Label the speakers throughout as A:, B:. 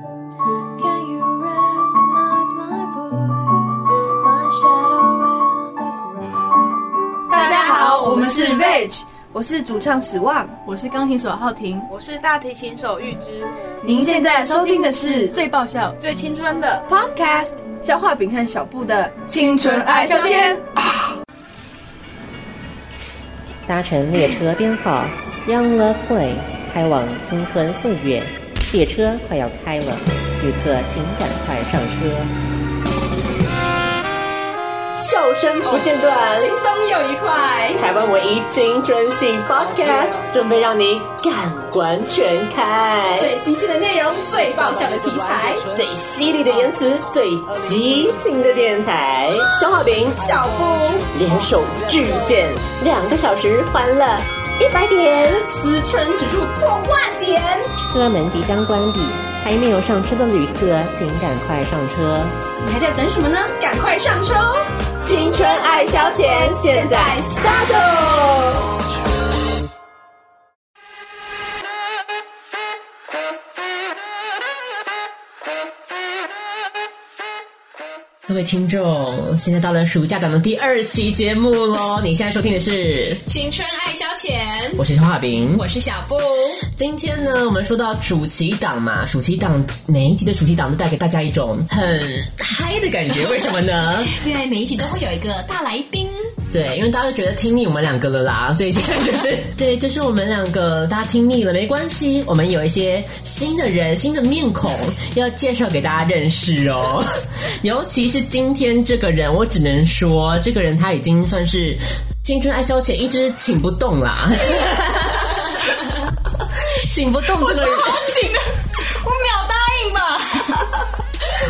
A: Can you recognize my voice? My shadow in the crowd.
B: 大家好，我们是 Veg，我是主唱史旺。
C: 我是钢琴手浩婷，
D: 我是大提琴手玉芝，
B: 您现在收听的是最
C: 最爆笑，
D: 最青春的
B: Podcast 消化饼和小布的青春爱消遣。
E: 搭乘列车编号 Young Love Way 开往青春岁月，列车快要开了，旅客请赶快上车。
F: 笑声不间断，
B: 轻松又愉快，
F: 台湾唯一青春系 Podcast，准备让你感官全开，
B: 最新鲜的内容，最爆笑的题材。
F: 最犀利的言辞，最激情的电台，消化饼
B: 小布
F: 联手巨献，两个小时欢乐一百点，
B: 思春指数破万点，
E: 车门即将关闭，还没有上车的旅客请赶快上车。
B: 你还在等什么呢？赶快上车哦！
F: 青春爱消遣，现在 start。
G: 各位听众，现在到了暑假档的第二期节目喽！你现在收听的是《青春爱消遣》，我是小画饼，我是小布。今天呢，我们说到暑期档嘛，暑期档每一集的暑期档都带给大家一种很嗨的感觉，为什么呢？
H: 因为每一集都会有一个大来宾，
G: 对，因为大家都觉得听腻我们两个了啦， 所以现在就是对，就是我们两个大家听腻了没关系，我们有一些新的人、新的面孔要介绍给大家认识哦。 尤其是今天这个人，我只能说，这个人他已经算是青春爱消遣，一直请不动啦。 请不动这个人，
H: 我秒答应吧。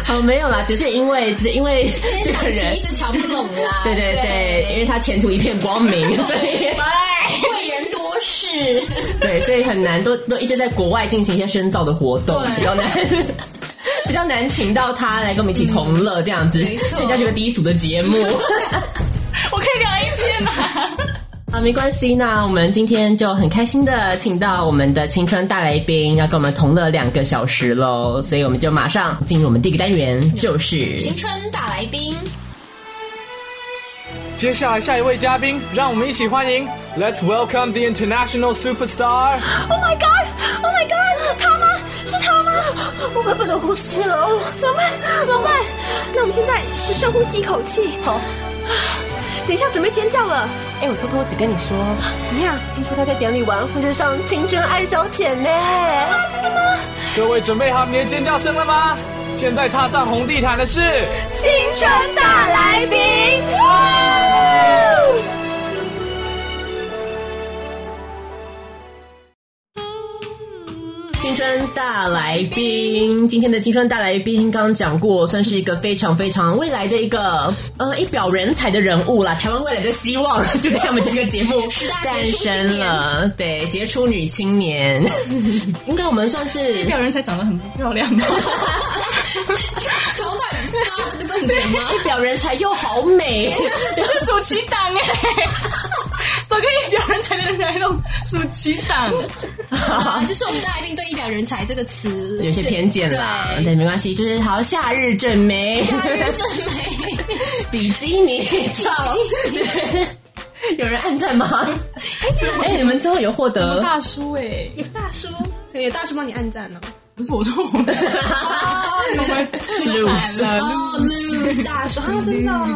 G: 好没有啦，只是因为因为这个人
H: 一，直瞧不拢啦
G: ，对对对，因为他前途一片光明，所以
H: 对，贵人多事，
G: 对，所以很难，都都一直在国外进行一些深造的活动，
H: 对
G: 比较难， 比较难请到他来跟我们一起同乐这样子，
H: 没错
G: 这叫这个低俗的节目。
H: 我可以聊一篇吗？
G: 啊，没关系，那我们今天就很开心的请到我们的青春大来宾，要跟我们同乐两个小时喽，所以我们就马上进入我们第一个单元，就是
H: 青春大来宾，
I: 接下来下一位嘉宾，让我们一起欢迎，Let's welcome the international superstar。
H: Oh
F: 哎、我偷偷只跟你说，怎么样？听说他在典礼完会是上青春爱消遣呢、
I: 各位准备好你的尖叫声了吗？现在踏上红地毯的是
B: 青春大来宾。
G: 青春大来宾，今天的青春大来宾刚刚讲过，算是一个非常非常未来的一个呃一表人才的人物啦，台湾未来的希望 就在我们这个节目
H: 大
G: 诞
H: 杰出青
G: 生了，对，杰出女青年，应该我们算是
C: 表人才长得很不漂 亮吗？
H: 从到底是抓这个重点吗？
G: 一表人才又好美，
C: 这是暑期档 哎，找个一表人才的人来弄 暑期档，
H: 啊就是我们大来宾对“一表人才”这个词
G: 有些偏见啦，
H: 对
G: 但没关系，就是好夏日正美，
H: 真美，
G: 比基尼照，对有人按赞吗？哎、你们最后有获得
C: 大 叔哎，
H: 有大叔，有大叔帮你按赞呢。
C: 不是我说我们，我们出来了，
H: 哦，是大叔，啊真的哦，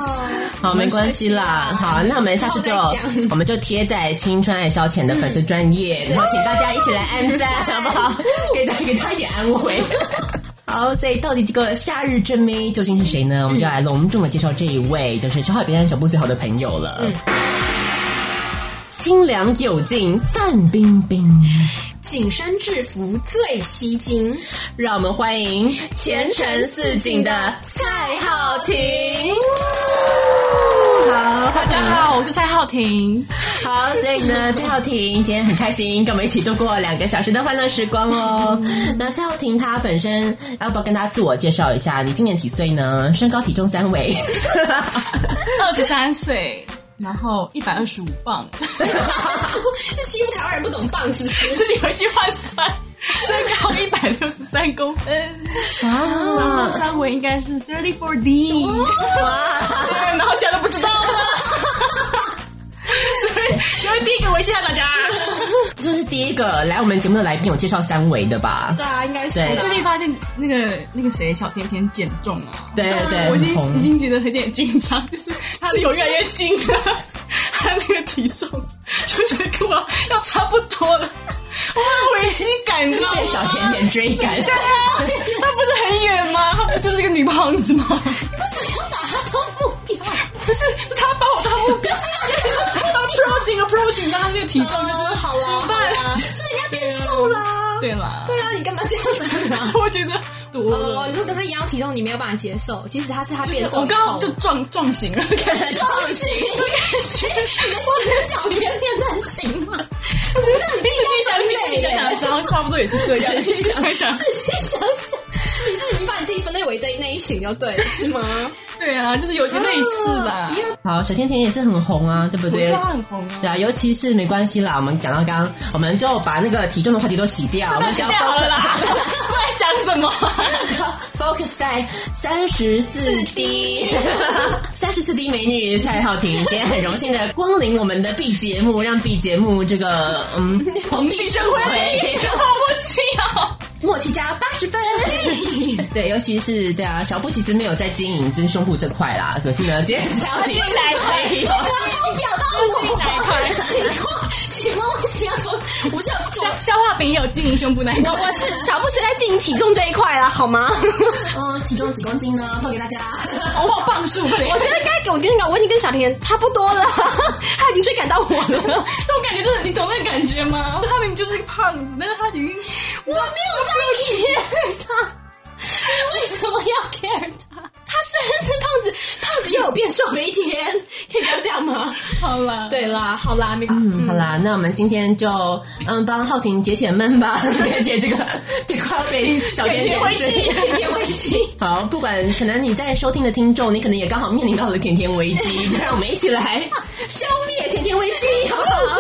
G: 好，没关系啦。好，那我们下次就
H: 之后再讲
G: 我们就贴在青春爱消遣的粉丝专业，然后请大家一起来按 赞，好不好？给他给他一点安慰。 好，所以到底这个夏日正妹究竟是谁呢？我们就来隆重的介绍这一位，就是小海边和小布最好的朋友了。嗯清凉有劲，范冰冰，
H: 紧身制服最吸睛，
G: 让我们欢迎前程似锦的蔡浩 庭。好，大
C: 大家哦好，我是蔡浩庭，
G: 好，所以呢，蔡浩庭今天很开心，跟我们一起度过两个小时的欢乐时光哦。那蔡浩庭他本身要不要跟大家自我介绍一下？你今年几岁呢？身高体重三围。
C: 二十三岁，然后一百二十五磅，
H: 是欺负台湾人不懂棒是不是？
C: 自己回去换算，身高一百六十三看公分，然后三围应该是 thirty four D，对，然后其他都不知 道了。所以，所以第一个我谢谢大家。
G: 这是第一个来我们节目的来宾有介绍三维的吧？
H: 对啊，应该是
G: 对
H: 啦。
C: 最近发现那个那个谁小甜甜减重了、啊，
G: 对对，
C: 我已经
G: 哎红
C: 已经觉得有点紧张，就是他离我越来越近了，他那个体重就觉得跟我要差不多了，我有危机感，你知道吗
G: 被？小甜甜追赶。
C: 对啊，他不是很远吗？他不就是个女胖子 吗？不是他把我当目标，approaching approaching，但他那个体重就是
H: 好啦，好啦，就是人家哦变瘦啦。
C: 对啦，
H: 对啊，你干嘛这样 子啊？
C: 我觉得
G: 嗯
C: 多了。
H: 哦，你说跟他一样体重，你没有办法接受，即使他是他变瘦。
C: 我刚刚就撞撞型了，感觉
H: 不 行，你的心跟小甜甜能行吗？我觉得
C: 你仔细想， 你
H: 你
C: 仔细 想想，然后差不多也是这样。你仔细想想，
H: 自己想想，你自己把你自己分类为这那一型就对了，是吗？
C: 对啊，就是有类似吧。
G: 好，小甜甜也是很红啊，对不
C: 我知
G: 对
C: 道？很红啊，
G: 对啊，尤其是没关系啦，我们讲到刚刚，我们就把那个体重的话题都洗掉，我们只要
C: 太好了啦， 不然讲什么？
G: focus 在三十四 D，三十四 D 美女蔡浩婷，今天很荣幸的光临我们的 B 节目，让 B 节目这个嗯 蓬荜生辉，
C: 好默契哦。
G: 默契加啊八十分。 对，尤其是对啊，小布其实没有在经营真胸部这块啦，可是呢，今天蔡浩婷来
H: 哦
G: 可以。
H: 你表到我哪一块？请问，请问我想要我想
C: 消消化饼也有经营胸部那一
H: 我
C: 块，
H: 我是小布是在进行体重这一块啦，好吗？
G: 嗯，体重几公斤呢？报给大家。
C: 我有磅数，快点
H: 我觉得该我跟你讲，我已经跟小甜差不多了， 他已经追赶到我了。
C: 这种感觉真的，你懂那个感觉吗？他明明就是一个胖子，但是他已经
H: 我没有在 care 他，你为什么要 care 他？他虽然是胖 子，胖子也有变瘦的一天，可以不要这样吗？
C: 好了。
H: 对啦，好啦，没
G: 嗯好啦，那我们今天就嗯帮浩婷解解闷吧， 解解这个被快要被
H: 啊
G: 小甜甜
H: 危
G: 追
H: 机，甜甜危 机。
G: 好，不管可能你在收听的听众，你可能也刚好面临到了甜甜危 机，就让我们一起来消灭甜甜危机，好不 好？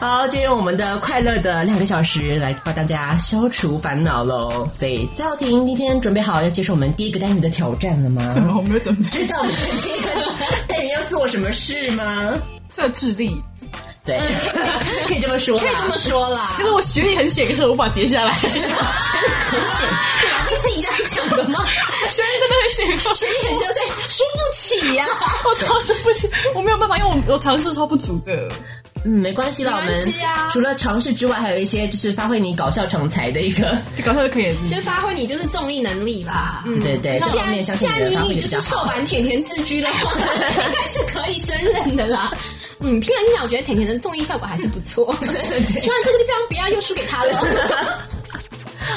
G: 好，就用我们的快乐的两个小时来帮大家消除烦恼喽。所以，赵婷今天准备好要接受我们第一个单元的挑战了吗？
C: 什么？我没有准备
G: 知道我们第一个单元要做什么事吗？
C: 测智力，
G: 对， 可以这么说啦，可以
H: 这么说啦
C: 可，是我学历很显赫，无法跌下来。学历
H: 很显，你自己这样讲的吗？
C: 真的很显赫，
H: 学历很显，所以输不起呀、
C: 我超是不行，我没有办法，因为我我尝试超不足的。
G: 嗯，没关系啦，我
H: 没关
G: 们
H: 系啊
G: 除了尝试之外，还有一些就是发挥你搞笑成才的一个，
C: 就搞笑就可以了。
H: 就是发挥你就是综艺能力啦。嗯。
G: 对对，这方面相信
H: 现
G: 你
H: 在
G: 的
H: 妮
G: 发挥
H: 妮
G: 比
H: 就
G: 较
H: 是瘦
G: 好。
H: 版甜甜自 居的话，应该是可以胜任的啦。嗯，凭良心讲，我觉得甜甜的综艺效果还是不 错。希望这个地方不要又输给他了。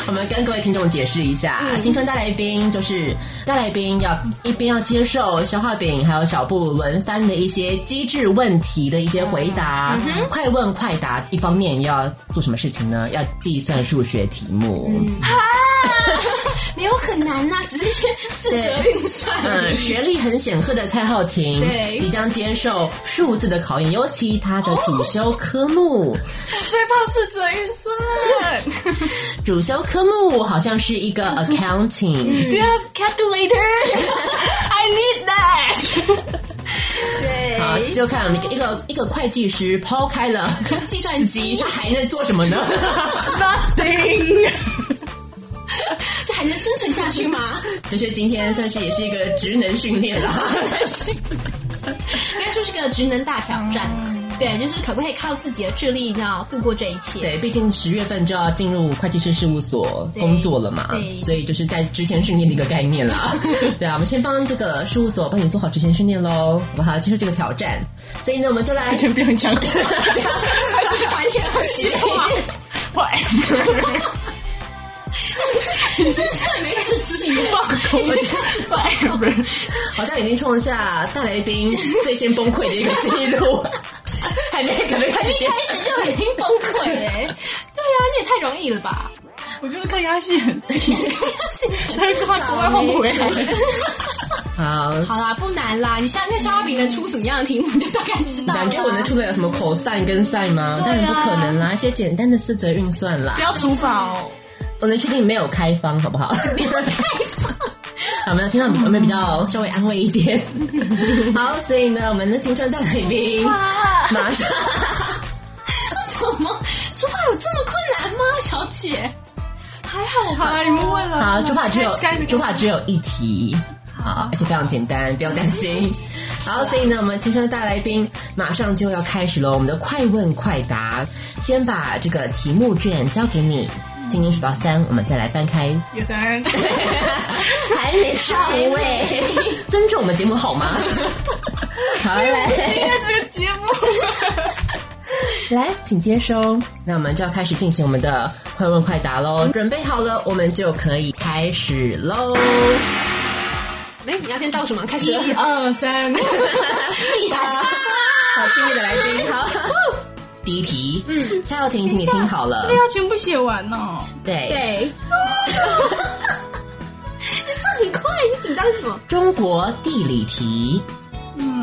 G: 我们跟各位听众解释一下，
C: 嗯
G: 啊青春大来宾就是大来宾要一边要接受消化饼还有小布轮番的一些机智问题的一些回答，
C: 嗯
G: 快问快答。一方面要做什么事情呢？要计算数学题目。
C: 嗯
H: 没有很难呐、只是一些四则运算而
G: 嗯，
H: 已。
G: 学历很显赫的蔡浩婷，
H: 对
G: 即将接受数字的考验，尤其她的主修科目，
C: 最怕四则运算。
G: 主修科目好像是一个 accounting，
C: Do you have calculator? I need that.
G: 好，啊就看我们一个一个会计师抛开了
H: 计算机，
G: 他还能做什么呢？
C: Nothing.
H: 这还能生存下去吗？
G: 就是今天算是也是一个职能训练啊啦，
H: 应该说是个职能大挑战。
G: 嗯
H: 对，就是可不可以靠自己的智力，要度过这一切？
G: 对，毕竟十月份就要进入会计师事务所
H: 对
G: 工作了嘛，
H: 对
G: 所以就是在职前训练的一个概念啦。对啊，我们先帮这个事务所帮你做好职前训练喽，好不好？接受这个挑战。所以呢，我们就来
C: 全不用 讲话。
H: 啊完全不行。
G: 嗯
C: Whatever.
H: 你真的没自信，放空了，
C: Whatever.
G: 好像已经创下大来宾 最先崩溃的一个记录，还没可能开始
H: 一
G: 接。
H: 开始就已经崩溃了、欸。对啊，你也太容易了吧？
C: 我觉得抗压性很低，他就怕国外换 不回来。
G: 好，
H: 好啦，不难啦，你像那消化饼能出什么样的题目，你就大概知道了。
G: 感觉我能出得了什么口 sin 跟 sin 吗？当然不可能啦，一些简单的四则运算啦
C: 不。要除法哦。
G: 我能确定没有开方，好不好？没有开方。好，没有听到你，我们比较稍微安慰一点。好，所以呢，我们的青春大来宾马上
H: 怎么出发有这么困难吗，小姐？还 好吧，
C: 好，你们问了。
G: 好，主法只有
C: 开始
G: 主法只有一题，好，而且非常简单，不要担心。 好，所以呢，我们青春的大来宾马上就要开始了，我们的快问快答，先把这个题目卷交给你，嗯请你数到三，我们再来翻 开。
C: 有三，
G: 还没上 位，尊重我们节目 好吗？好，来
C: 因为这个节目，
G: 来，请接收。那我们就要开始进行我们的快问快答喽，准备好了，我们就可以开始喽。
H: 哎，你要先倒数吗？开始。
C: 一二三，
G: 好，敬业的来宾，好。第一题，嗯，蔡耀婷，请你听好了，
C: 要全部写完哦。
G: 对，
H: 对。你算很快，你紧张什么？
G: 中国地理题，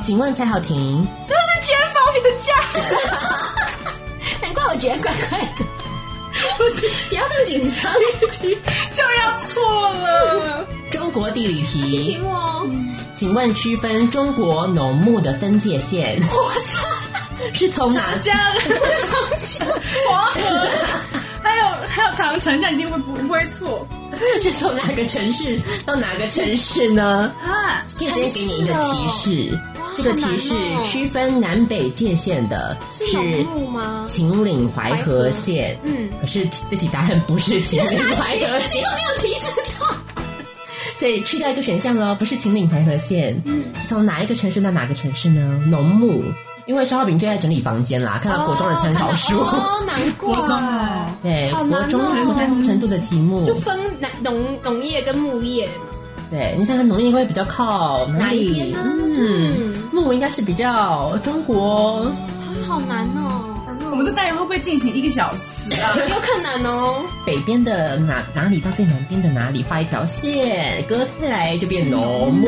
G: 请问蔡浩庭，
H: 难怪我觉得怪怪的。不要这么紧张，
G: 中国地理
H: 题
G: 题，
H: 目哦。
G: 请问区分中国农牧的分界线，我操， 是从哪？
C: 黄河，还有还有长城，这样一定会不不会错
G: 是从哪个城市到哪个城市呢？
C: 啊？
G: 可以先给你一个提示，这个提示区分南北界限的是
H: 吗？
G: 秦岭淮河线，嗯，可是这题答案不是秦岭淮河 线，
H: 都没有提示到，
G: 所以去掉一个选项喽，不是秦岭淮河线，嗯，是从哪一个城市到哪个城市呢？农牧，因为肖浩炳正在整理房间啦，看到国中的参考书，
H: 哦，难怪。
G: 对，
H: 好
G: 国
H: 难
G: 中
H: 哦
G: 国中程度的题目
H: 就，分南农农业跟牧业嘛。
G: 对，你想想农业会比较靠哪里？嗯，牧应该是比较中国，
H: 好难哦，难
C: 我们这单元会不会进行一个小时啊？
H: 哦，有可能哦。
G: 北边的哪哪里到最南边的哪里画一条线，割开来就变农牧。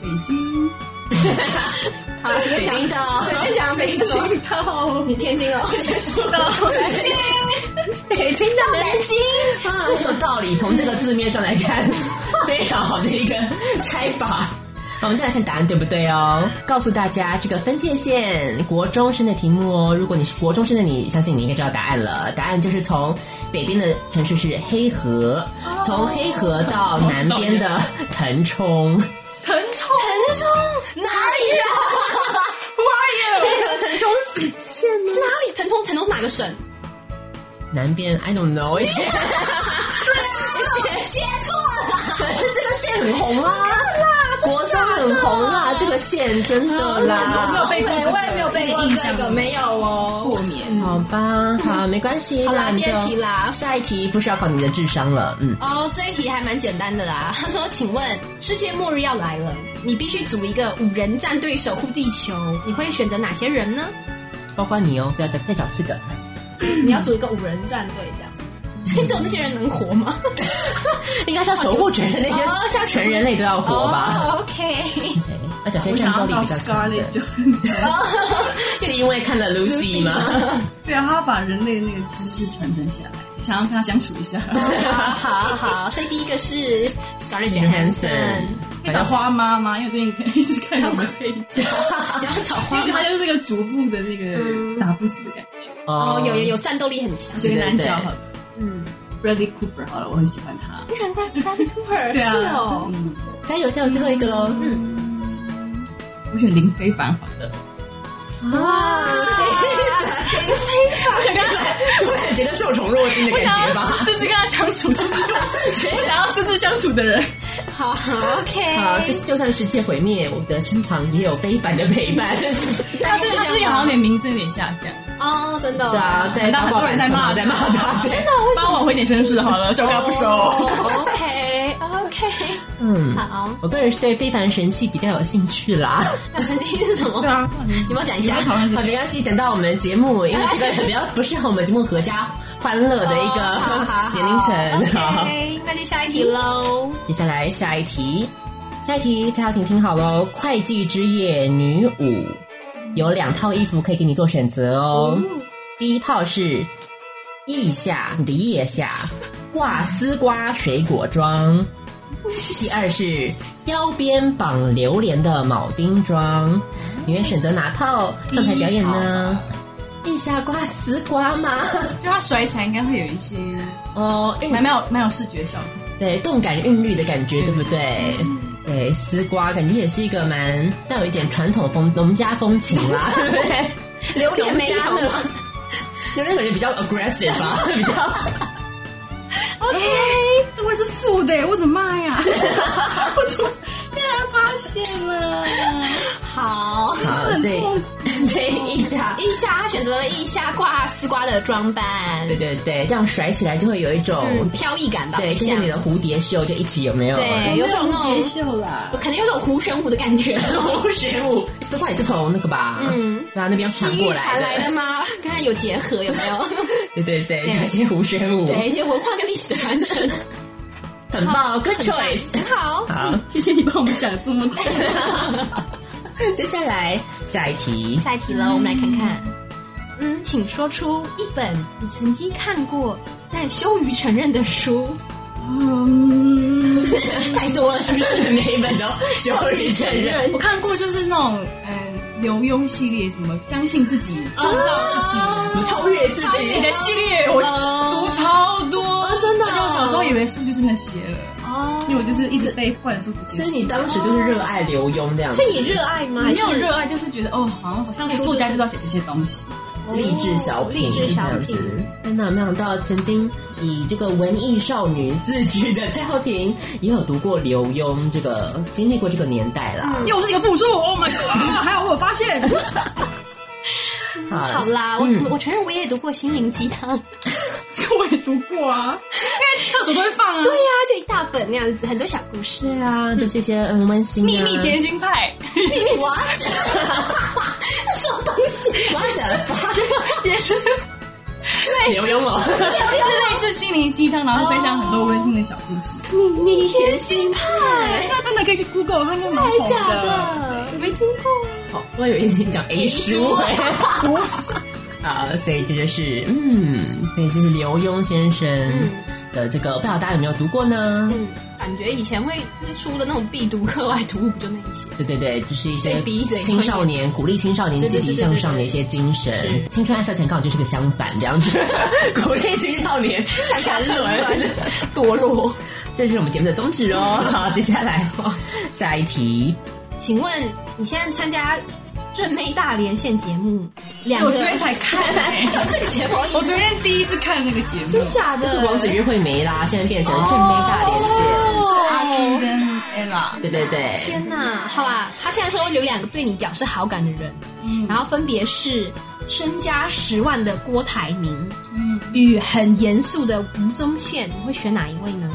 C: 北京，
H: 好，随便讲的，随便讲北京到，你天津哦，我觉得是到南京，北京到南京，
G: 很有道理，从这个字面上来看，非常好的一个猜法。好我们再来看答案对不对哦？告诉大家这个分界线，国中生的题目哦。如果你是国中生的你，相信你应该知道答案了。答案就是从北边的城市是黑河，从黑河到南边 的腾冲。
C: 腾冲，腾冲，
H: 哪里呀？
G: 腾冲是
H: 哪里？腾冲，腾冲是哪个省？
G: 南边，I don't know。哎
H: 写写错了，
G: 可是这个线很红啊，国上很红啊，这个线真的啦。
C: 没有背过这个，
H: 我也没有背过这个，没有哦。
C: 过年。
G: 好吧，好，没关系。
H: 好啦
G: 那你就
H: 第二题啦
G: 下一题不是要考你的智商了，嗯，
H: 哦，这一题还蛮简单的啦。他说：“请问世界末日要来了，你必须组一个五人战队守护地球，你会选择哪些人呢？
G: 包括你哦，再找再找四个。
H: 你要组一个五人战队这样，所以只有那些人能活吗？
G: 应该是要守护全人类，
H: 哦
G: 那些全人类都要活吧？
H: o k
G: 对要找些战斗力比较强的，是因为看了 Lucy 吗？
C: 对啊，他把人类的那个知识传承下来，想要跟他相处一 下。
H: 好好好，所以第一个是 Scarlett Johansson，
C: 那个花妈妈，因为最 近一直看我们这一集，
H: 你要找花
C: 那个
H: 吗
C: 她？就是这个主妇的那 个打不死的感觉，
H: 哦，有有有，战斗力很强，
C: 觉得男角
G: 对
C: 好，嗯，Bradley Cooper 好了，我很喜欢他。
H: 不然怪 Bradley Cooper
C: 对
H: 是
C: 啊
H: 哦，
C: 嗯，
G: 加油加油，最后一个喽！
C: 我选林非凡好了，
G: 突然觉得受宠若惊的感觉吧？
C: 甚至跟他相处都是用想要私自相处的人。
H: 好好
G: 好，就
H: OK，
G: 就算世界毁灭，我的身旁也有非凡的陪伴。
C: 他这个他最近好像有点名声有点下降，
H: 哦，真的哦，
G: 对啊，在
C: 那
G: 八
C: 很多
G: 卦版
C: 人在骂，
G: 在骂他。对
C: 真的，帮我回点绅士好了，小他不熟。
H: OK OK，
G: 嗯，
H: 好，
G: 我个人是对非凡神器比较有兴趣啦。
H: 那神奇是什么？对啊，你们讲一下。
G: 好，没关系，等到我们节目，因为这个比较不是和我们节目合家欢乐的一
H: 哦好好
G: 个
H: 好
G: 年龄层。好
H: OK，那就下一题喽。
G: 接下来下一题，下一题蔡小婷听好喽，会计之夜女舞有两套衣服可以给你做选择哦。第一套是腋下，你的腋下挂丝瓜水果装。第二是腰边绑榴莲的铆钉装，你会选择哪套上台表演呢？腋下挂丝瓜吗？
J: 就它甩起来应该会有一些
G: 哦，
C: 哎
G: 因为
J: 蛮蛮有蛮有视觉效果。
G: 对，动感韵律的感
H: 嗯
G: 觉，对不对？对，丝瓜感觉也是一个蛮带有一点传统风农家风情 啦，对不对？
H: 榴莲没有
G: 农家乐
H: 啊，
G: 有那感觉比较 aggressive 吧，比较
J: OK，这会是负的耶，我的 妈呀！我怎么竟然发现了？
H: 好。
G: 好，所以 所以一下，
H: 腋下，他选择了腋下挂丝瓜的装扮，
G: 对对对，这样甩起来就会有一种、
H: 嗯，飘逸感吧，
G: 对，就
H: 像
G: 是你的蝴蝶袖就一起有没有？
H: 对，有种那种
J: 秀啦，
H: 可能有种胡旋舞的感觉，
G: 红水舞， 丝瓜也是从那个吧，
H: 嗯，
G: 对啊，那边传
H: 西域
G: 过
H: 传来
G: 来
H: 的
G: 的，
H: 吗？ 看看有结合有没 有？
G: 对对对，有一些胡旋舞，
H: 对，一些文化跟历史的 传承，
G: 很棒，good
H: 很棒
G: choice。
H: 很好。
G: 好，
J: 谢谢你帮我们讲这么多。
G: 接下来下一题，
H: 下一题了，我们来看看。嗯，请说出一本你曾经看过但羞于承认的书。
J: 嗯，
G: 太多了，是不是？每一本 都羞于承 认。
J: 我看过就是那种嗯刘墉系列，什么相信自己、创造自己、
G: 超越自
J: 自己的系列，我读超多，
H: 真的哦
J: 而且我小时候以为书就是那些了，
H: 哦，
J: 因为我就是一直被灌输这些
G: 所
J: 书。
G: 以你当时就是热爱刘墉这样子
H: 所，以你嗯热爱吗？
J: 没有热爱，就是觉得哦，好像作家就是要写这些东西。
G: 励志小品，
H: 励志小品。
G: 天哪，没想到曾经以这个文艺少女自居的蔡浩庭，也有读过刘墉，这个经历过这个年代啦。
J: 又是一个复数，Oh my god！还有我发现，
G: 好
H: 好啦，我、
G: 嗯
H: 我承认我也读过心灵鸡汤，
J: 这个我也读过啊，因为厕所都会放啊。
H: 对呀、就一大本那样子，很多小故事。
G: 对啊，都是一些嗯温馨、啊、
J: 秘密甜心派，
H: 秘密花什么东西？
J: 也是
G: 刘墉哦，
J: 也 是类似心灵鸡汤，然后分享很多温馨的小故事。
G: 秘密甜心派。
J: 那真的可以去 Google，它就蛮
H: 太
J: 红
H: 假
J: 的。
H: 的，我没听过。
G: 哦，我以为你讲 A 书哎，啊，所以这就是嗯，所以这是刘墉先生的这个，不知道大家有没有读过呢？
H: 嗯，感觉以前会就是出的那种必读课外读物，不就那一些？
G: 对对对，就是一些
H: 被逼着
G: 青少年鼓励青少年
H: 对
G: 积
H: 对对
G: 极向上的一些精神。青春爱笑前刚好就是个相反这样子，鼓励青少年向
H: 沉沦
G: 沦、堕落，这是我们节目的宗旨哦。好，接下来哦，下一题，
H: 请问你现在参加正妹大连线节目，两
J: 我
H: 个
J: 昨天才看欸，
H: 这个节目，
J: 我昨天第一次看那个节目，
H: 真假的
G: 是王子约会没啦，现在变成正妹大连线。
J: 阿 Q 跟 Ella，
G: 对对对，
H: 天哪！好啦，他现在说有两个对你表示好感的人，
G: 嗯
H: 然后分别是身家十万的郭台铭，
G: 嗯
H: 与很严肃的吴宗宪，你会选哪一位呢？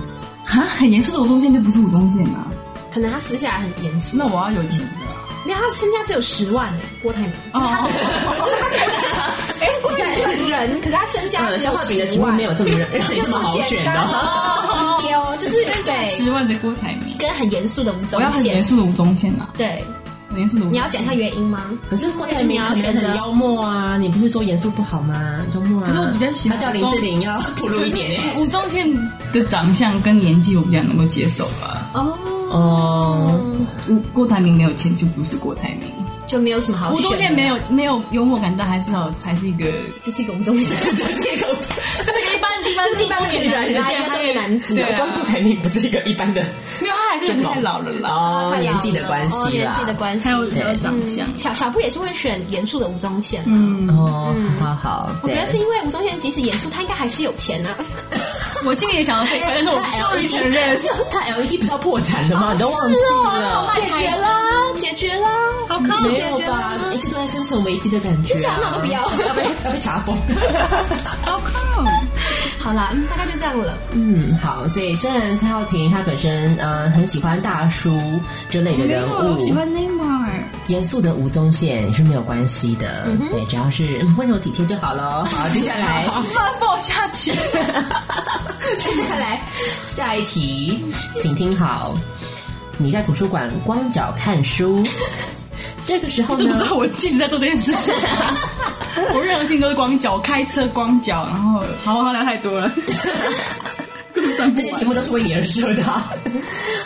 J: 啊，很严肃的吴宗宪就不是吴宗宪啊，
H: 可能他私下很严肃，
J: 那我要有钱的啊。
H: 没有，他身家只有十万哎，郭台铭。
J: 哦，
H: 哎，郭台铭是人，可是他身家
G: 嗯，
H: 只
G: 消
H: 有
G: 化饼的
H: 十
G: 题目
H: 万，
G: 没有这么让你这么好选的哦。
H: 哦，丢，就是对，
J: 十万的郭台铭，
H: 跟很严肃的吴
J: 我要
H: 宗
J: 很严
H: 宪。
J: 肃的吴宗宪啊，
H: 对，
J: 很严肃的吴宗宪。
H: 你要讲一下原因吗？
G: 可是郭台铭可能很幽默啊，你不是说严肃不好吗？幽默啊。
J: 可是我比较喜欢
G: 他叫林志玲要吐露一点。
J: 吴宗宪的长相跟年纪我比较能够接受吧。
H: 哦，
G: 哦，
J: 吴郭台铭没有钱就不是郭台铭，
H: 就没有什么好选
J: 吴
H: 的。
J: 宗宪没有没有幽默感，但还是好才是一 个
H: 就是一个吴 宗宪，就是一个
J: 一般一般
H: 一般的人
J: 哎
H: 啊，一个中年男子。
J: 对啊
G: 光郭台铭不是一个一般的
J: 没有他还是有点太老了啦，
G: 哦，年纪的关
H: 哦
G: 系
H: 年
G: 啦
H: 纪。的关系，
J: 还有还有长
H: 嗯
J: 相。
H: 小小布也是会选严肃的吴宗宪。
J: 嗯，
G: 哦，好好好，
H: 我觉
G: 对
H: 得是因为吴宗宪即使严肃，他应该还是有钱啊。
J: 我心里也想 要这一块，但是我不羞于承认。
G: 他 LED 不是要破产了吗？你都忘记了？
J: 啊
H: 解决啦，解决啦，好看
G: 没有吧？一直都在生存危机的感觉啊。
H: 真假的我都不要
G: 要被要被查封。
J: 好看，
H: 好啦，嗯大概就这样了。
G: 嗯，好，所以虽然蔡浩庭他本身呃很喜欢大叔这类的
J: 没
G: 人
J: 有，
G: 物
J: 我，喜欢内马尔。
G: 严肃的吴宗宪是没有关系的，对，只要是嗯温柔体贴就好 喽。好，接下来，
J: 乱放下去，
G: 接下来下一题，请听好，你在图书馆 光脚看书，这个时候
J: 都不知
G: 呢
J: 道，我一直在做这件事情。我任何事情都是光脚，开车光脚，然后好好聊太多了，根本算不
G: 这些
J: 完
G: 题。目都是为你而设 的啊。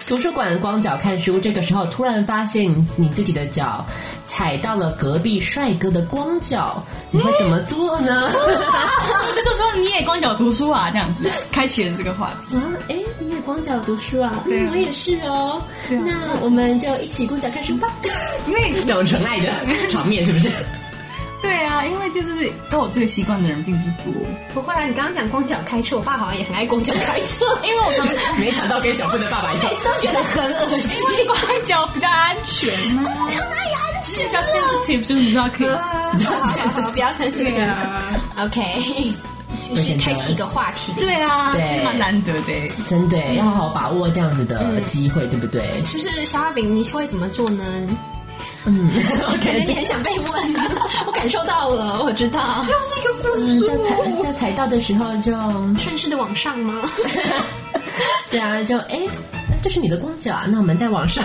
G: 图书馆光脚看书，这个时候突然发现你自己的脚踩到了隔壁帅哥的光脚，你会怎么做呢？
J: 这就说你也光脚读书啊，这样子开启了这个话题。
G: 啊，哎，你也光脚读书啊？
J: 对啊
G: 嗯我也是哦。
J: 对啊
G: 那我们就一起光脚看书吧。
J: 因为
G: 这种纯 爱的场面是不是？
J: 对啊，因为就是都有这个习惯的人并不多。
H: 不会啊，你刚刚讲光脚开车，我爸好像也很爱光脚开车， 因为我常
G: 没想到跟小布的爸爸一样
H: 每，次都觉得很恶 心。
J: 光脚比较安全呢、光脚哪里安 全？比较 sensitive，就是你知道可以。
H: 好好好，不要参试这个。OK，就是开启一个话题的意思。
J: 对啊，
G: 对
J: 是蛮难得的。
G: 真的要好好把握这样子的机会，对不对？
H: 就是小画饼，你会怎么 做呢？
G: 嗯，
H: 感觉你很想被问， 我感受到了，我知道。
G: 嗯，在踩在踩到的时候就，
H: 顺势的往上 吗？
G: 对啊，就哎，那这是你的光脚啊，那我们再 往上，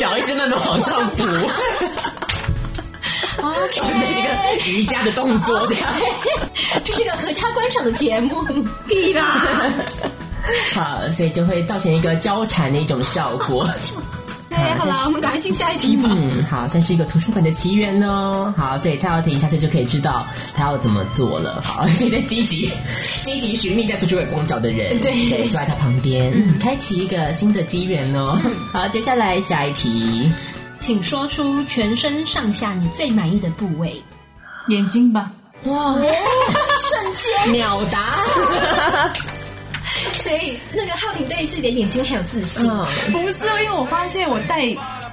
G: 脚一直慢慢往上 补，每一
H: 哦 OK，
G: 个瑜伽的动 作这样。
H: 这是个合家观赏的节 目，
G: 必啦。好，所以就会造成一个交缠的一种效果。
H: 对，哎好了，我们赶快进下一题吧。
G: 哎 嗯，好，算是一个图书馆的奇缘哦。好，所以蔡耀庭下次就可以知道他要怎么做了。好，可以在积极 积极寻觅在图书馆光脚的人，
H: 对
G: 对，嗯坐在他旁边，开启一个新的机缘哦。好，接下来下一题，
H: 请说出全身上下你最满意的部位。
J: 眼睛吧，
G: 哇，
H: 瞬间，
G: 秒答，
H: 所以那个浩廷对自己的眼睛很有自信。
G: 嗯，
J: 不是，因为我发现我戴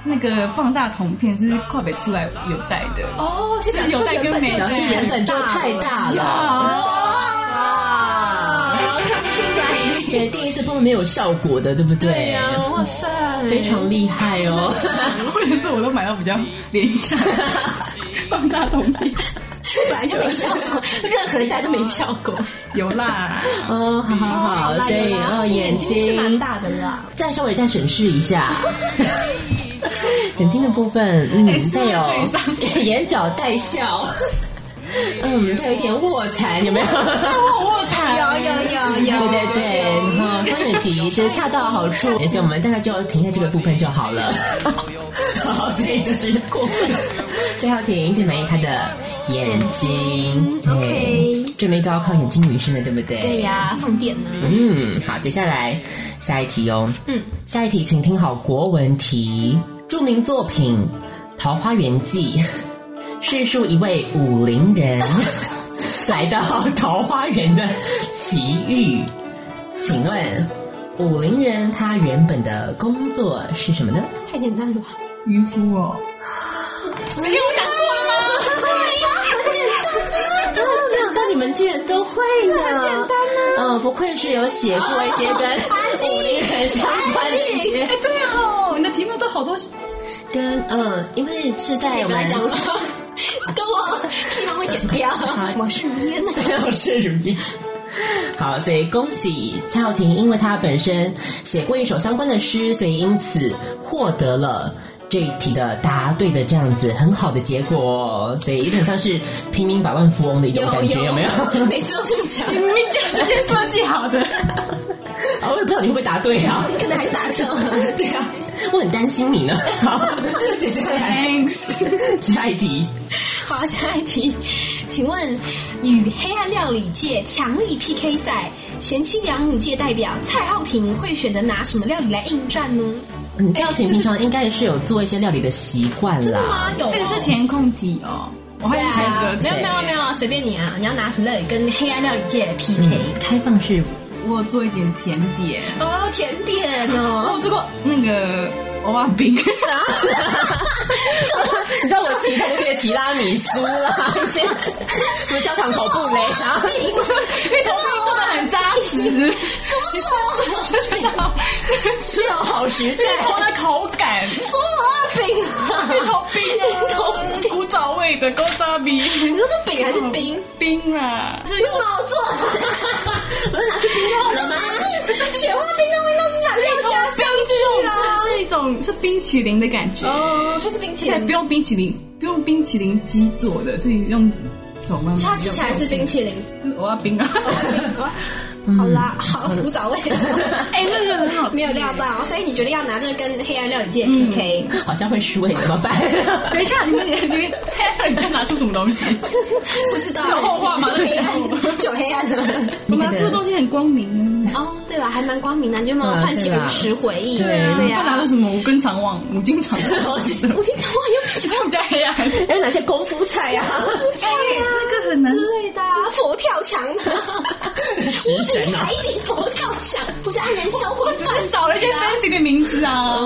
J: 那个放大筒片是跨北出来有戴的。
H: 哦，是
J: 就是有戴跟没戴
G: 表示原本就太大了。
H: 啊，哦看起来。
G: 对，第一次碰没有效果的，对不对？
H: 对呀、哇塞，
G: 非常厉害哦。
J: 或者是我都买到比较廉价的放大筒片，
H: 本来就没效 果，任何人戴都没效果。
J: 有啦。
G: 哦，好好好，所以哦，眼
H: 睛是蛮
G: 睛
H: 大的啦。
G: 再稍微再审视一 下。眼睛的部分，嗯，带有眼角带笑，嗯，带有一点卧蚕， 有没有？
H: 卧蚕有有有有，
G: 对对对，然后双眼皮就是恰到好 处，而且我们大概就停在这个部分就好 了。好，所以就是过分。最后停，最满意她的眼睛。对
H: OK
G: 这妹都要靠眼睛女生的，对不嗯对？
H: 对呀、放电呢、
G: 嗯，好，接下来下一题哦。
H: 嗯，
G: 下一题，请听好国文题。著名作品《桃花源记》，叙述一位武陵人来到桃花源的奇遇。请问，武陵人他原本的工作是什么呢？
H: 太简单了吧？
J: 渔夫哦，
H: 没有讲过吗？对呀、很简单啊，
G: 这个歌你们居然都会呢，这很简单呢、嗯、不愧是有写过一些跟武陵人相关的一 些。
J: 哎，对哦，你的题目都好多，
G: 跟嗯，因为是在我
H: 不
G: 们
H: 要讲了，跟我地方会剪掉。我是烟呢。
G: 我是如意。好，所以恭喜蔡耀庭，因为他本身写过一首相关的诗，所以因此获得了这一题的答对的这样子很好的结果哦，所以有点像是平民百万富翁的一种感觉，有 没有？
H: 每次都这么讲，
J: 这些设计好的。
G: 偶尔不知道你会不会答对啊？
H: 可能还是打错了。
G: 对啊，我很担心你呢。好，接下来
J: Thanks，
G: 下一题，
H: 好，下一题，请问与黑暗料理界强力 PK 赛，贤妻良母界代表蔡浩庭会选择拿什么料理来应战呢？
G: 嗯，蔡耀庭平常应该是有做一些料理的习惯啦。
H: 啊，有
J: 这个是填空题哦，我还是选择
H: 啊没有
J: 填
H: 没有没有，随便你啊！你要拿什么料理跟黑暗料理界的 PK？、
G: 嗯开放式
J: 我有做一点甜点，
H: 哦，甜点
J: 哦，
H: 哦，
J: 我 做过那个娃娃饼，
G: 你知道我期待的些提拉米苏啦，一些什么焦糖口布雷啊，
J: 你怎么做的很扎实？什么？真的要，
G: 吃到好实在。
J: 这头的口感，
H: 说啊饼 啊，
J: 芋头冰，
H: 芋头饼
J: 古早味的高扎比
H: 你说是饼还啊是冰？
J: 冰啊，
H: 是用毛做的，我 拿去冰了吗？雪花冰的味道是把料加上去
J: 这
H: 啊。
J: 是一种种是冰淇淋的感觉，
H: 哦，所以是冰淇
J: 现在
H: 淋
J: 不，用冰淇淋，不用冰淇淋机做的，是用手慢慢
H: 所以它
J: 用。
H: 吃起来是冰淇淋。
J: 就是我要冰啊，
H: 好啦，嗯好古早味， 哎，那个很好，没嗯有料到，所以你决定要拿这个跟黑暗料理界 PK，
G: 好像会输诶，怎么 办？
J: 等一下，你们你你们你今天拿出什么东西？
H: 不知道 有后话吗？黑暗就有黑 暗的。
J: 我拿出的东西很光明啊，
H: 哦，对了，还蛮光明的，你就能唤起
G: 嗯对啦
H: 儿时回忆。啊对
J: 不
H: 呀、
J: 拿出什么五根肠旺、五金肠，
H: 我经常忘又
J: 这样比较黑暗。
H: 还有哪些功夫菜呀、 啊、
J: 那个很难
H: 之类的、啊，佛跳墙的，
G: 食 神啊
H: 海，景佛跳墙，不是安人销魂饭
J: 至少了一些 fancy 的名字啊，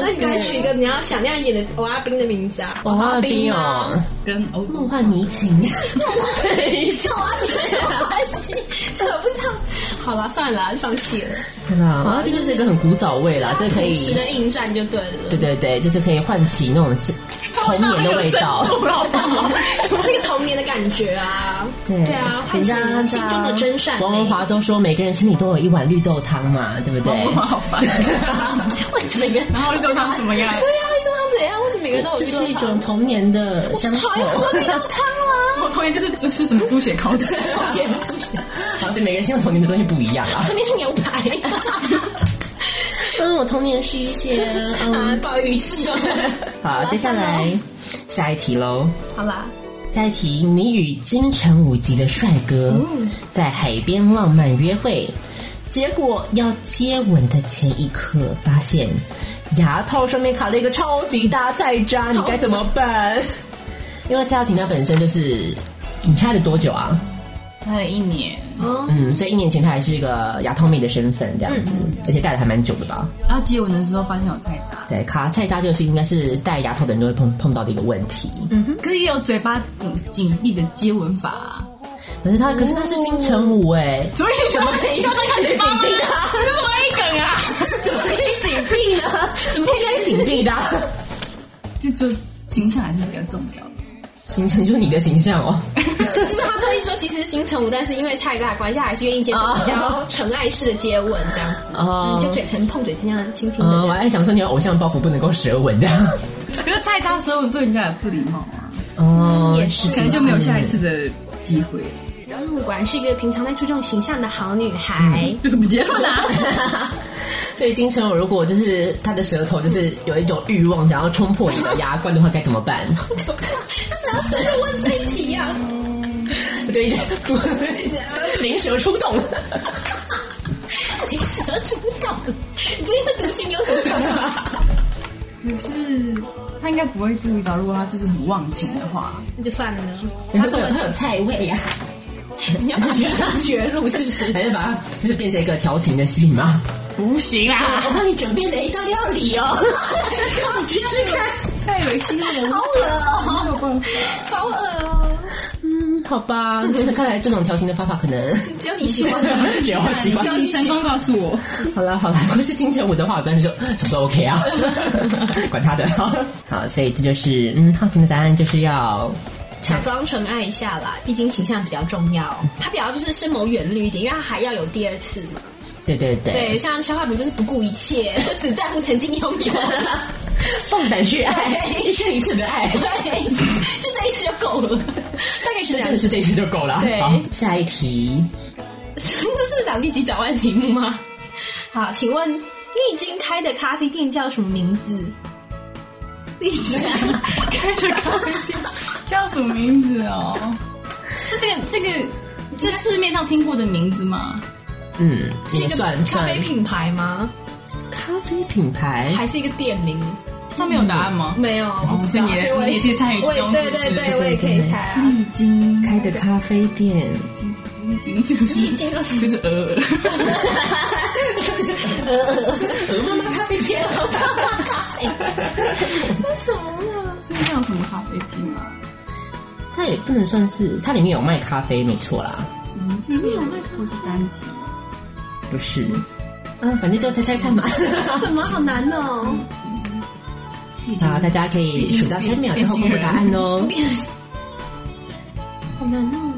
H: 哦，那你刚才取一个你要响亮一点的娃娃兵的名字啊，
G: 娃娃冰哦，
J: 跟欧洲
G: 梦幻迷 情，
H: 操啊，你们什么关系？这个不知道。好了，算了，就放弃了。
G: 对啦，娃娃冰就是一个很古早味啦，就是可以，
H: 时的应战就对了。
G: 对对对，就是可以唤起那种童年的味 道。
H: 是一个童年的感觉啊。对啊，唤起你心中的真善
G: 王文
H: 美。
G: 华都说每个人心里都有一碗绿豆汤嘛，对不对？
J: 哇，好烦。
H: 为什么每个人？
J: 然后绿豆汤怎么样？
H: 对啊，一豆汤怎样？为什么每个人都有
G: 就
H: 绿豆
G: 是一
H: 汤
G: 种童年的乡愁。
H: 讨厌喝绿豆汤 啊！
J: 我童年就是就是什么猪血糕的，
G: 好，这每个人心中童年的东西不一样啊。
H: 肯定是牛排
G: 嗯，我童年是一些
H: 啊
G: 嗯，，
H: 鲍鱼翅。
G: 好，接下来下一题喽。
H: 好啦，
G: 下一题，你与京城五级的帅哥在海边浪漫约会，结果要接吻的前一刻，发现牙套上面卡了一个超级大菜渣，你该怎么 办？因为这道题它本身就是你猜了多久啊？
J: 待了一年，
G: 嗯，所以一年前他还是一个牙套妹的身份这样子，而且戴了还蛮久的吧？
J: 然后接吻的时候发现有菜渣，
G: 对，卡菜渣就是应该是戴牙套的人都会碰碰到的一个问题。
J: 可是也有嘴巴紧紧闭的接吻法啊，
G: 可是他，可是他是金城武哎，
J: 所以怎么可以？就是看嘴巴吗？这是我一梗啊！
G: 怎么可以该紧闭的啊？
J: 就就形象还是比较重要的。
G: 形成就是你的形象哦。
H: 就是他特意说，其实是金城武，但是因为蔡大的关系，他还是愿意接受比较纯爱式的接吻这样子，
G: 哦
H: 嗯就嘴唇碰嘴唇这样轻轻
G: 嗯，我
H: 的。
G: 还想说你的偶像包袱不能够舌吻的。
J: 可是菜渣舌吻对人家也不礼貌啊，
G: 哦，也
H: 是
J: 可能就没有下一次的机会，
H: 嗯果然是一个平常在注重形象的好女孩。
J: 就是不啊接吻啦。
G: 所以金城武如果就是他的舌头就是有一种欲望想要冲破你的牙关的话，该怎么办？
H: 那谁问这一题呀？
G: 我就一个灵蛇出洞。
H: 灵蛇出 洞，你最近的读经有读懂吗？
J: 可是他应该不会注意到，如果他就是很忘情的话，
H: 那就算了。
G: 他都有他有菜味呀、哎 你要把它绝路是不是？还是把它就是变成一个调情的戏吗？
J: 不行啊啦，
G: 我帮你准备了一道料理哦，你去吃看。
J: 太恶心了，好恶
H: 好恶哦，
G: 嗯，好吧，看来这种调情的方法可能
H: 只有你喜欢。
G: 只要习惯。
J: 你成功告诉我，
G: 好了 好了，如果是金城武的话，我当时就什么都 OK 啊，管他的。好，所以这就是嗯，浩平的答案就是要
H: 假装纯爱一下啦，毕竟形象比较重要。他比较就是深谋远虑一点，因为他还要有第二次嘛。
G: 对对对，
H: 对，像消化饼就是不顾一切，就只在乎曾经拥有。
G: 放胆去爱，一生一次的爱。
H: 对，就这一次就够了，大概是这
G: 真
H: 样
G: 的。是这一次就够了。
H: 对
G: 好，下一题，
H: 这是两第几转弯题目吗？ 好，请问丽晶开的咖啡店叫什么名字？丽 晶
J: 开着咖啡店叫什么名字哦？是这个这个是市面上听过的名字吗？
G: 嗯，
H: 是一
G: 也
H: 个
G: 算
H: 咖
G: 算
H: 啡品牌吗？
G: 咖啡品牌，
H: 还是一个店名？
J: 上面有答案吗？
H: 没有，我不知道
J: 所以你也
H: 所以我
J: 你也是参与其
H: 我也
J: 中
H: 对
J: 是不是
H: 对对，我也可以猜啊。
J: 丽晶
G: 开的咖啡店，
J: 丽晶就是
H: 丽晶叫什么？
J: 就是 呃，
G: 鹅妈妈咖啡店。
J: 是那有什么咖啡厅啊？
G: 它也不能算是，它里面有卖咖啡，没错啦，
J: 里面有卖不是单体，
G: 不是。嗯，反正就猜猜看嘛。
H: 什么好难哦？
G: 好，大家可以数到三秒之后公布答案哦。
H: 好难哦。嗯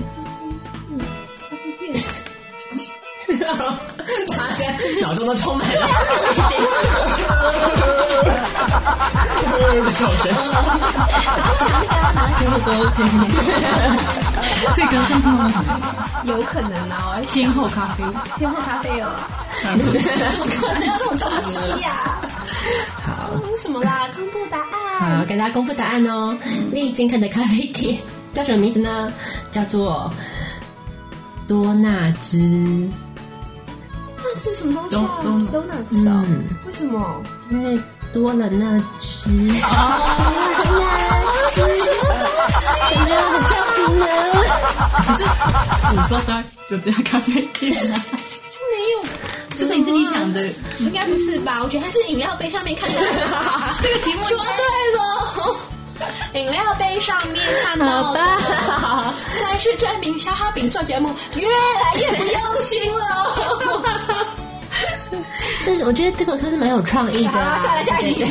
G: 脑中都充满了我也不晓得。我都 OK，
J: 所以隔天听我们
H: 有可能啊，
J: 天后咖啡，
H: 天后咖啡哦，
J: 可
H: 能有这种东西呀？
G: 好，
H: 为什么啦？公布答案。
J: 嗯
G: 好，跟大家公布答案哦。丽晶看的咖啡店叫什么名字呢？叫做多纳兹。
H: 那是什么东西啊
G: 都都
H: ？donuts 啊？
G: 嗯
H: 为什么？
G: 因为多了那只。
H: 什么东西啊？很像皮呢？
J: 可是我不知道大家有这家咖啡店 啊，
H: 没有，
J: 就是你自己想的。
H: 应该不是吧？我觉得它是饮料杯上 面看到的。
J: 这个题目
H: 说对喽。 饮料杯上面看到的，再次证明小哈饼做节目越来越不用心 了。
G: 是，我觉得这个啊课是蛮有创意的、
H: 好，算了，下一题，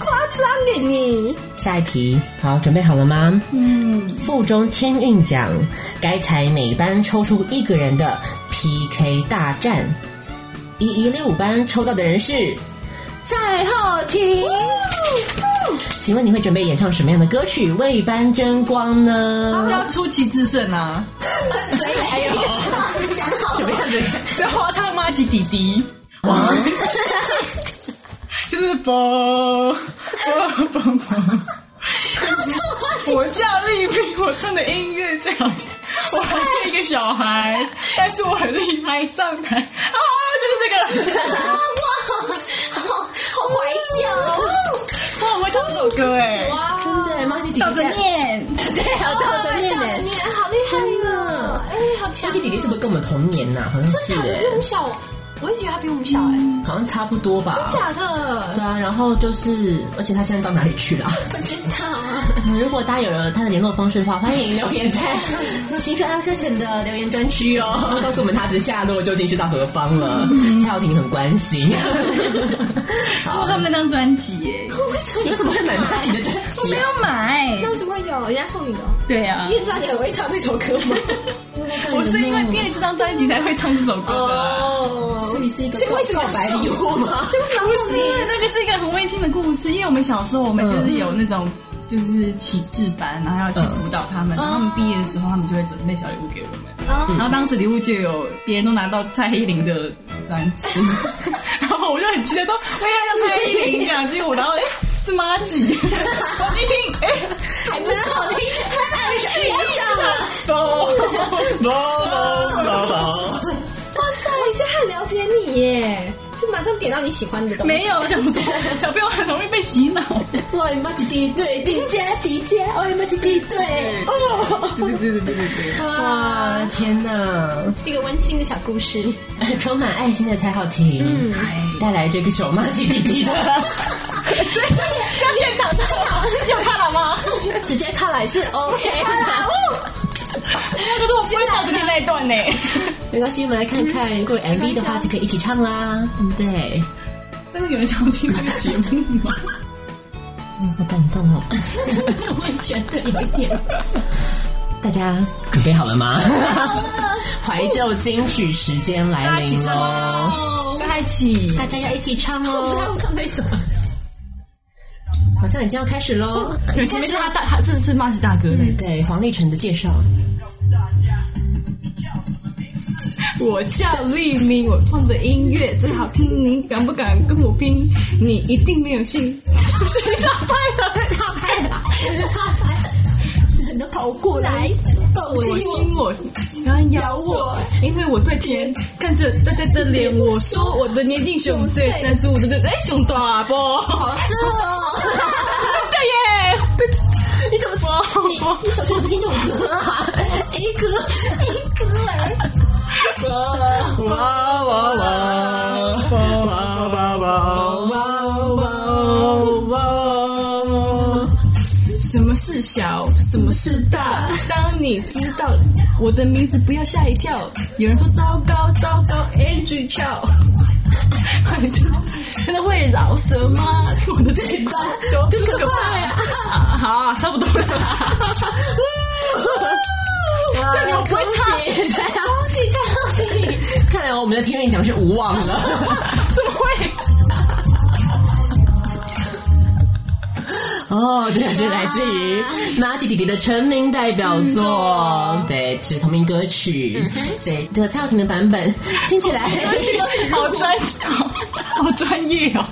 H: 夸张给你。
G: 下一题，好，准备好了吗？嗯。附中天运奖，该才每班抽出一个人的 PK 大战，一一六五班抽到的人是蔡浩庭。请问你会准备演唱什么样的歌曲为班争光呢？
J: 要出奇制胜啊！
H: 所以还有想好
G: 什么样的歌？
J: 所以我要唱妈吉弟弟，哇， 就是啵啵啵啵。我叫丽萍，我真的音乐最好听。我还是一个小孩，但是我很厉害，上台啊， 就是这个。
H: 哇，好好怀旧，
J: 哇，我会唱这首歌哎，
H: 哇，
G: 对，马吉弟
J: 倒着
G: 弟，
J: 念。
G: 对，还有倒着念呢。
H: 你好厉害呢！哎，好强！
G: 马吉弟弟是不是跟我们同年呐、好像是
H: 真的假的
G: 哎
H: 比，我们小，我一直觉得他比我们小哎，
G: 好像差不多吧。
H: 假
G: 对
H: 的，
G: 啊，然后就是，而且他现在到哪里去了？
H: 不知道啊。
G: 嗯如果大家有了他的联络方式的话，欢迎留言在青春爱消遣的留言专区哦，嗯告诉我们他的下落究竟是到何方了。蔡晓婷很关 心，
J: 过他们那张专辑哎，
G: 你怎么会买马吉的专
J: 我
G: 辑
J: 没？有买。
H: 那为什么会有人家送你的？
J: 对啊呀
H: 你，也知道你很会唱这首歌吗？
J: 我是因为订了这张专辑才会唱这首歌的啊。
H: 哦，
G: 所以是一个
H: 这个为什么
G: 告白礼物吗？
J: 不是，那个是一个很温馨的故事，因为我们小时候我们就是有那种。就是启智班，然后要去辅导他们，然后他们毕业的时候，他们就会准备小礼物给我们。然后当时礼物就有别人都拿到蔡依林的专 辑，然后我就很期待说，我也要像蔡依林这样，结果然后哎是妈 吉，我一听哎
H: 还蛮好听，还爱上爱上了。
J: 都
G: 不不不不，
H: 哇塞，这很了解你耶，就马上点到你喜欢的东西。
J: 没有，我想说小朋友很容易被洗脑。
G: 我的马吉弟对
H: 迪迦，迪迦，我的妈吉弟对，
J: 对对对对对对，
H: 哇，
G: 啊！天哪，
H: 一个温馨的小故事。
G: 充满爱心的蔡浩庭，带来这个小马吉弟弟的。
H: 所以像现场现场有看了吗？直接看来是 OK 的。
J: 这是我不会打的那一段呢。
G: 没关系，我们来看看，如果有 MV 的话就可以一起唱啦，对不对？
J: 真的有人想听这个节目吗？
G: 嗯，好感动哦！
H: 我也觉得有一点。
G: 大家准备好了吗？ 怀旧金曲时间来临喽！
H: 哦，
J: 大家一起
G: 大家要一起唱
H: 我不太
G: 哦！
H: 会唱那首。
G: 好像已经要开始喽。
J: 有前面是他大，他是是马吉大哥嘞。
G: 对，黄立成的介绍。
J: 我叫立明，我唱的音乐最好听，你敢不敢跟我拼？你一定没有信。谁打败了？
H: 他拍了，他拍了，你能跑过来？
J: 我亲我，然后咬我，因为我最甜。看着大家的脸，我说我的年纪熊岁，但是我真的哎熊大不？好色哦！ 对耶！你怎么说？你
H: 你手机不听这种歌啊？A 歌，A 歌哎。
G: 哇哇哇哇哇哇哇哇哇！
J: 什么是小，什么是大？当你知道我的名字，不要吓一跳。有人说糟糕，糟糕，Angie 跳，真的会饶舌吗？我的这一段多可怕呀！啊好啊，差不多了啦。
G: 这
H: 我不会唱，恭喜恭喜！
G: 看来我们的天 运奖是无望了。
J: 怎么会？
G: 哦，这个是来自于马蒂弟弟的成名代表
H: 嗯
G: 作，对，是同名歌曲。所以这个蔡耀庭的版本听起
H: 嗯
G: 来
J: 好专，好好专业哦，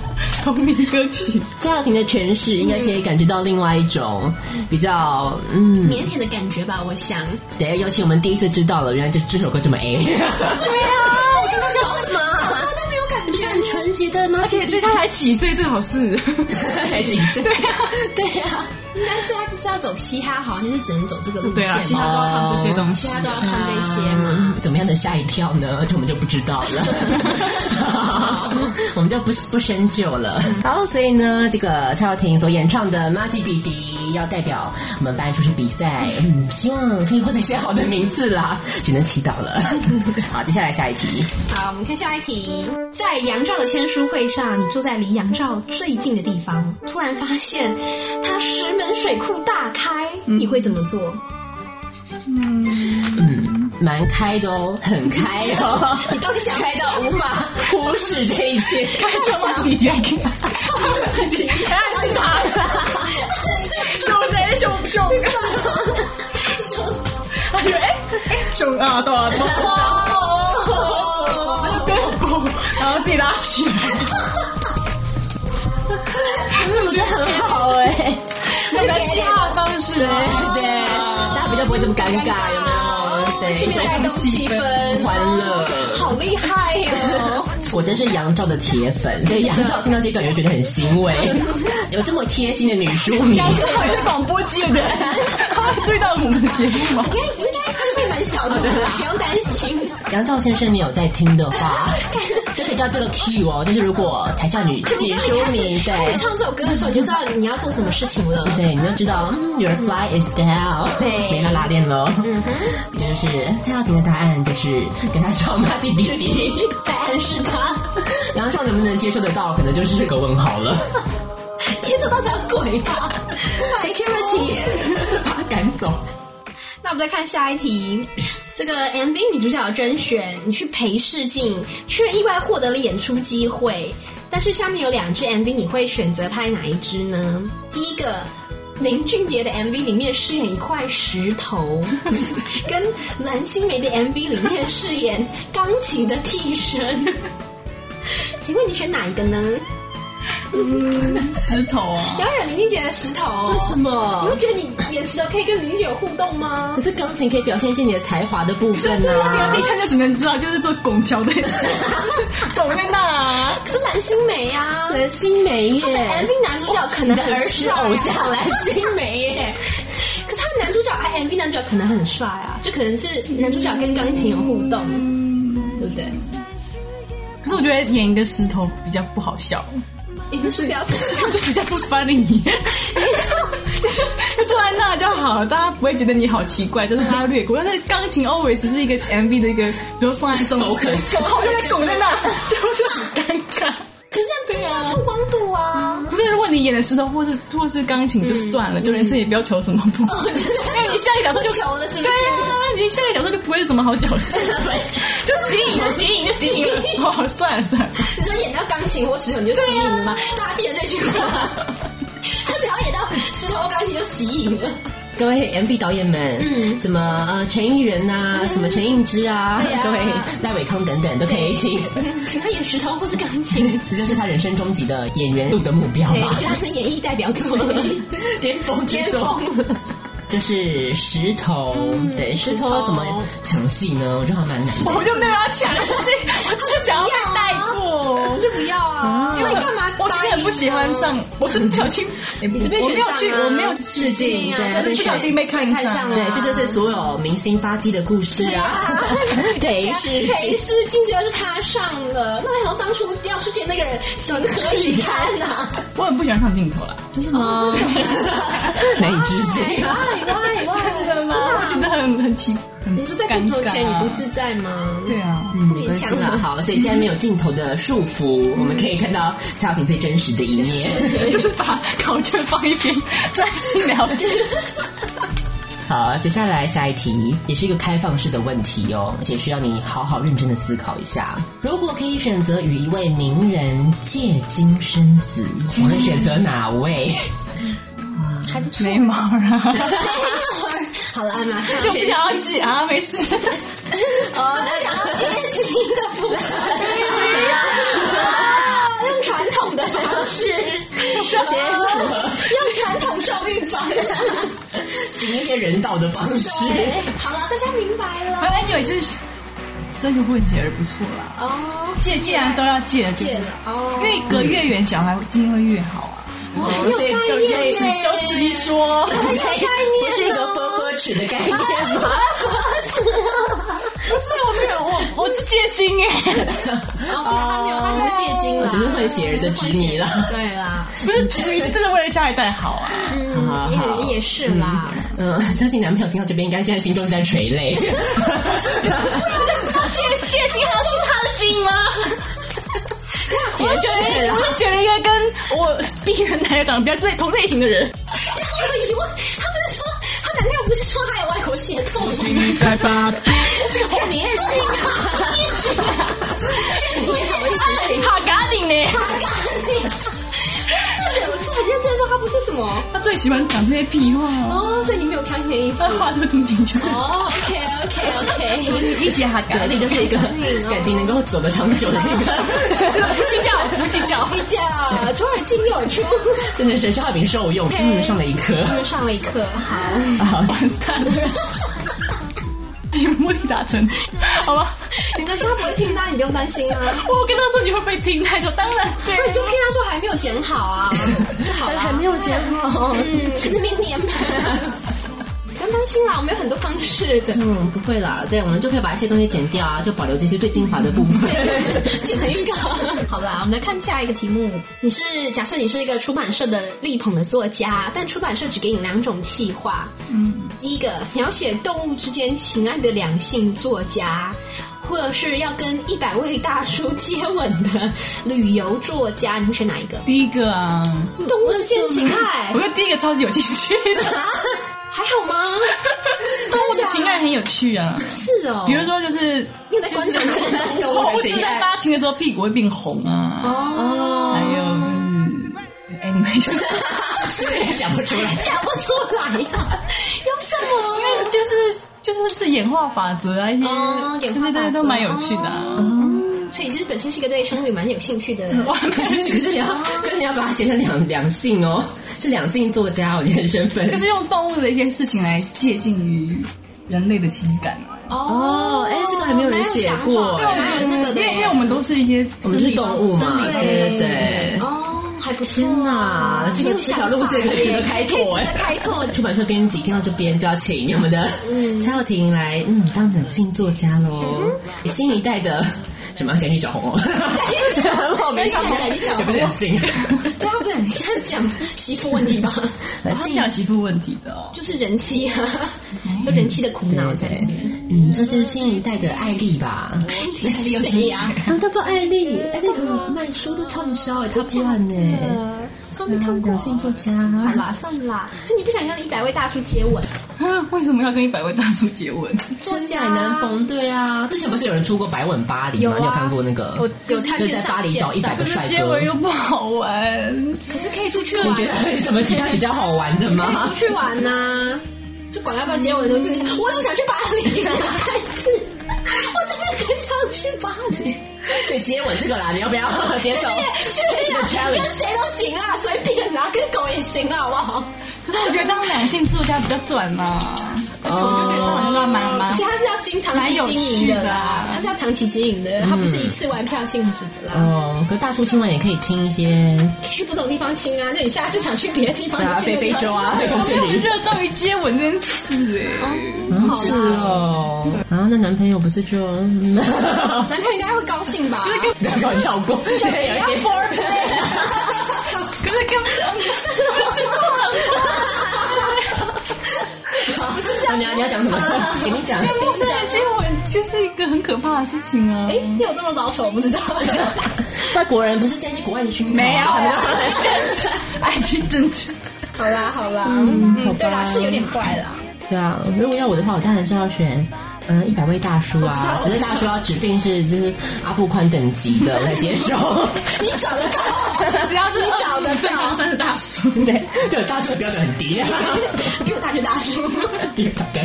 J: 同名歌曲。
G: 蔡耀庭的诠释应该可以感觉到另外一种比较嗯，
H: 腼腆的感觉吧，我想。
G: 对，尤其我们第一次知道了，原来这这首歌这么 A。
H: 对啊，我刚刚说什么？小时候都没有感觉，很纯洁的吗？
J: 而哎且对他才几岁，最好是。啊
G: 才几岁？ 啊对呀、对呀、
H: 但是他就是要走嘻哈，好像就是只能走这个路线嘛。
J: 对啊，其他都要唱这些东
H: 其
J: 西
H: 他。都要唱这些嘛。
G: 嗯，怎么样的吓一跳呢？这我们就不知道了，我们就不不深究了。好，所以呢，这个蔡耀庭所演唱的《马吉弟弟》要代表我们班出去比赛，嗯，希望可以获得一些好的名次啦，只能祈祷了。好，接下来下一题，
H: 好，我们看下一题。在杨照的签书会上，你坐在离杨照最近的地方，突然发现他石门水库大开，你会怎么做？
G: 蛮开的哦，很开哦，
H: 你到底想
G: 开到无法忽视这一切。开车马吉弟弟，马吉弟弟。
H: 是他
J: 熊谁熊熊？他觉得哎哎熊啊，对啊，对啊，他就跟我勾，然后自己拉起来。
G: 我觉得很好哎、
J: 比较嘻哈的方式
G: 对
J: 吗？
G: 对，大家比较不会这么尴尬，有没有？
H: 这边带
G: 对，
H: 动气氛，
G: 欢乐。
H: 好厉害哦！
G: 我真是杨照的铁 粉，所以杨照听到这段就觉得很欣 慰，有这么贴心的女书迷。
J: 我是广播界的人，他会注意到我们的节目吗？
H: 应该应该机会蛮小的吧，不用担心。
G: 杨照先生，你有在听的话， 就可以知道这个 Q 哦。就是如果台下女女书迷
H: 开始
G: 对。
H: 唱这首歌的时候，你就知道你要做什么 事情了。
G: 对，你就知道，嗯，Your fly is down，
H: 对
G: 没了拉链喽。嗯哼，就是蔡耀庭的答案就是给他找马弟弟弟，
H: 答案是他，
G: 杨照能不能接受得到，可能就是个问号了。
H: 接受到这个鬼吧 ，security。
G: 把他 赶走。
H: 那我们再看下一题，这个 MV 女主角甄选，你去陪试镜，却意外获得了演出机会。但是下面有两支 MV，你会选择拍哪一支呢？第一个，林俊杰的 MV 里面饰演一块石头， 跟蓝心湄的 MV 里面饰演钢琴的替身。请问你选哪一个呢？
J: 石头啊，
G: 哦
H: 要选林俊杰的石头，为什么？
G: 么
H: 你会觉得你演石头可以跟林俊杰有互动吗
G: 可？是钢琴可以表现一些你的才华的部分啊呢、
J: 而且他第一下就只能知道就是做拱桥的，走在那啊，
H: 可是蓝心湄啊，
G: 蓝心湄耶，
H: MV 男主角可能很
G: 儿时偶像蓝心
H: 湄耶。可是他们男主角，哎，MV 男主角可能很帅啊，就可能是男主角跟钢琴有互动，对不对？
J: 可是我觉得演一个石头比较不好笑，
H: 也就是不要
J: 就是比较不 funny，就是就坐在那就好了，大家不会觉得你好奇怪，就是他略过。但是钢琴 always 是一个 MV 的一个，比如放在中 间，然后就在拱在那，就是很尴尬。
H: 可是这样子曝光度啊，
J: 不是，如果你演的石头或是或是钢琴就算了，就连自己不要求什么不，因为你下一个角色就
H: 嗯哦不求了是不是
J: 对啊，你下一个角色就不会是什么好角 色，就吸引就吸引就吸引了，哦，算了算了，
H: 你说演到钢琴或石头你就吸引了吗？大家记得这句 话。他只要演到石头或钢琴就吸引了，
G: 各位 MV 导演们，嗯，什么呃陈艺人呐、什么陈映之啊，
H: 嗯对啊
G: 各位赖伟康等等都可以一起，
H: 请他演石头或是钢琴，
G: 这就是他人生终极的演员路的目标
H: 对，
G: 吧
H: 就，他的演艺代表作了，
G: 巅峰之
H: 巅
G: 作。
H: 峰。嗯
G: 就是石头，对石头要怎么抢戏呢？我觉得还蛮难的。
J: 我就没有要抢戏，我只是想要被带过。
H: 就不要啊，因为干嘛？
J: 我其实很不喜欢上，我是不小 心，你
H: 是被选
J: 我没有
H: 上
J: 去，
H: 啊
J: 我没有试镜，
H: 啊
J: 但是不小心被看
H: 被看上
J: 上
H: 了。
G: 对，这就是所有明星发迹的故事啊。
H: 陪
G: 陪侍
H: 陪侍竟然是他上了，那为什么当初要世界那个人情何以啊堪呐
J: 我很不喜欢上镜头啦，
H: 啊
G: 难以置信。
H: ？Why why why？真的吗？
J: 我觉得很很奇。很
H: 你说在镜头前
J: 尴尬
H: 你不自在吗？
J: 对啊，
G: 嗯，没关系啦，好，所以既然没有镜头的束缚，我们可以看到蔡耀庭最真实的一 面。
J: 就是把考卷放一边，专心聊天。
G: 好，接下来下一题也是一个开放式的问题哦，而且需要你好好认真的思考一下。如果可以选择与一 位名人借精生子，我会选择哪位？
H: 还不错。
J: 眉毛啊，
H: 哎好了，马上
J: 就不想要剪啊，没事。
H: 哦，那想要阶级的部分，用传统的方式，用传统受孕方式。
G: 行一些人道的方式。
H: 对，好了，大家明白了。
J: 还有就是生个混血儿不错啦，
H: 哦，
J: 既既然都要戒了，就
H: 见了哦，
J: 越隔越远，小孩基因会越好啊。
H: 哇，有概念耶，
J: 有此一说，
H: 有
G: 不
H: 概
G: 是一
H: 念
G: 个
H: 呢。
G: 波波尺的概念吗？
J: 不是我没有，我我是借精哎，
H: 哦，他没有，他没有借精了，
G: 只是混血儿的执迷了
H: 对啦，
J: 不是你是真的为了下一代好啊。
G: 好好
H: 嗯，也也是啦。
G: 嗯，相信男朋友听到这边，应该现在心中是在垂 泪。
H: 借借精还要借他的精吗？
J: 我选了，我选了一个跟我逼人男友长得比较类同类型的人。
H: 我有疑问，他不是说她男朋友不是说他有外国血统吗？这你也信啊？你也信啊？这你怎么信？啊
J: 哈嘎顶呢？
H: 他干你！是的，我是很认真地说，他不是什么
J: 他最喜欢讲这些屁话哦，
H: 哦，所以你没有看你的衣服
J: 他话都听进去。
H: 哦。OK OK OK，
J: 一起哈嘎
G: 对，那就是一
H: 哦
G: 个感情能够走得长久的一 个，
J: 计较不计较？
H: 鸡叫，左耳进右耳出，
G: 真的是消化饼受用，嗯，上了一课。
H: 又上了一课，好，
G: 好，
J: 完蛋了，你们目的达成，好吧？
H: 你哥现在不会听到，你不用担心啊。
J: 我跟他说你会被听，他说当然对。
H: 那你就骗他说还没有剪好 啊，好啊，
G: 还没有剪 好。
H: 嗯，那边粘吧。 不用担心啦，我们有很多方式的。
G: 嗯，不会啦，对，我们就可以把一些东西剪掉啊，就保留这些最精华的部分。
H: 进成预告。好啦，我们来看下一个题目。你是假设你是一个出版社的力捧的作家，但出版社只给你两种企划。嗯，第一个描写动物之间情爱的两性作家。或者是要跟一百位大叔接吻的旅游作家，你会选哪一个？
J: 第一个啊，
H: 动物之间情爱
J: 我对第一个超级有兴趣的，
H: 还 好吗？
J: 动物的情爱很有趣啊。
H: 是哦，
J: 比如说 就是
H: 又在观察动物
J: 猴
H: 的
J: 子
H: 情
J: 在
H: 爱
J: 发情的时候屁股会变红啊，
H: 哦，
J: 还有就是。哎，你们就是
G: 讲不出来，
H: 讲不出来啊呀、有什么？
J: 因为就是就是是演化法则啊，一些
H: 哦
J: 就
H: 演化
J: 是
H: 法则
J: 对都蛮有趣的啊。
H: 所以其实本身是一个对生育蛮有兴趣的。
G: 可是 可是你要，可是你要把它写成两两性哦，是两性作家哦，你的身份
J: 就是用动物的一些事情来接近于人类的情感啊。
G: 哦，哎，这个还没有人写过，
H: 对，我觉得那个
J: 因
H: 的
J: 为因为我们都是一些
G: 我们是动物嘛，
J: 生
G: 对
J: 理
G: 对对。
H: 哦，还不错。
G: 天哪，这个这条路线可以值得开拓
H: 可以值得
G: 哎！
H: 开拓
G: 出版社编辑听到这边就要请我们的蔡耀婷来，嗯，当两性作家
J: 嗯
G: 喽，新一代的什么？讲句小红哦，
H: 讲
G: 讲 我没
H: 讲
G: 讲，
H: 讲 小
G: 也不是
H: 红
G: 两性，
H: 对哎啊啊，不然你现在讲媳妇问题吧，
J: 他是讲媳妇问题的哦。
H: 就是人妻啊，就人妻的苦恼在。
G: 哎对，嗯，这是新一代的艾丽吧？
H: 哎 谁呀？
G: 啊，她叫艾丽，艾丽很卖书都畅销哎，她不烂呢。
H: 呃，从来没看过。
G: 两性作家，
H: 好啦，算啦，就你不想跟一百位大叔接吻，
J: 啊，为什么要跟一百位大叔接吻？
G: 千载难逢，对啊。之前不是有人出过《白吻巴黎》
H: 有
G: 吗？
H: 啊
G: 你有看过那个？
H: 我有看
G: 就
H: 见
G: 在巴黎找一百个帅
J: 接
G: 哥
J: 吻。又不好玩，
H: 可是可以出去
G: 你
H: 玩，
G: 觉得有什么其他比较好玩的 吗
H: 出？去玩呐、就管要不要接吻都自己想，我只想去巴黎啊，孩子，我真的很想去巴黎。
G: 对，接吻这个啦，你要不 要接受？
H: 去呀，跟谁都行啊，随便啊，跟狗也行啊，好不好？
J: 可是我觉得当两性作家比较赚啊呐、而且我就
G: 哦
J: 觉得当然要蛮蛮
H: 所以它是要经长期经营的啦，它是要长期经营
G: 嗯
H: 的，它不是一次玩票性质的啦。
G: 哦，可是大叔亲吻也可以亲一些，
H: 去不同地方亲啊，那你下次想去别的地方，
G: 对啊，
H: 就去
G: 非非
H: 那个地方
G: 洲啊，非洲这
J: 我
G: 里。
J: 热衷于接吻这件事哎、
G: 嗯
H: 好啦
G: 是哦，然后那男朋友不是就，嗯
H: 男朋友应该会高兴吧？
G: 不要给我跳 过，就有一些
J: 可是根本
G: 啊 你要你要讲什么？给你讲，
J: 跟陌生人接吻就是一个很可怕的事情啊。
H: 哎，你有这么保守？我不知 道。
G: 外国人不是在一些国外的熏陶
J: 没有啊
G: 他们 都，
J: 爱听真情。
H: 好啦好啦，嗯
G: 好吧
H: 对啦，是有点怪啦。
G: 对啊，如果要我的话，我当然是要选嗯，一百位大叔啊，只是大叔要指定是就是阿布宽等级的，我才接受。
C: 你找 得到，只要是找得到，算是大叔。
G: 对，对，大叔的标准很低。
H: 比我大学大叔。
G: 对，对。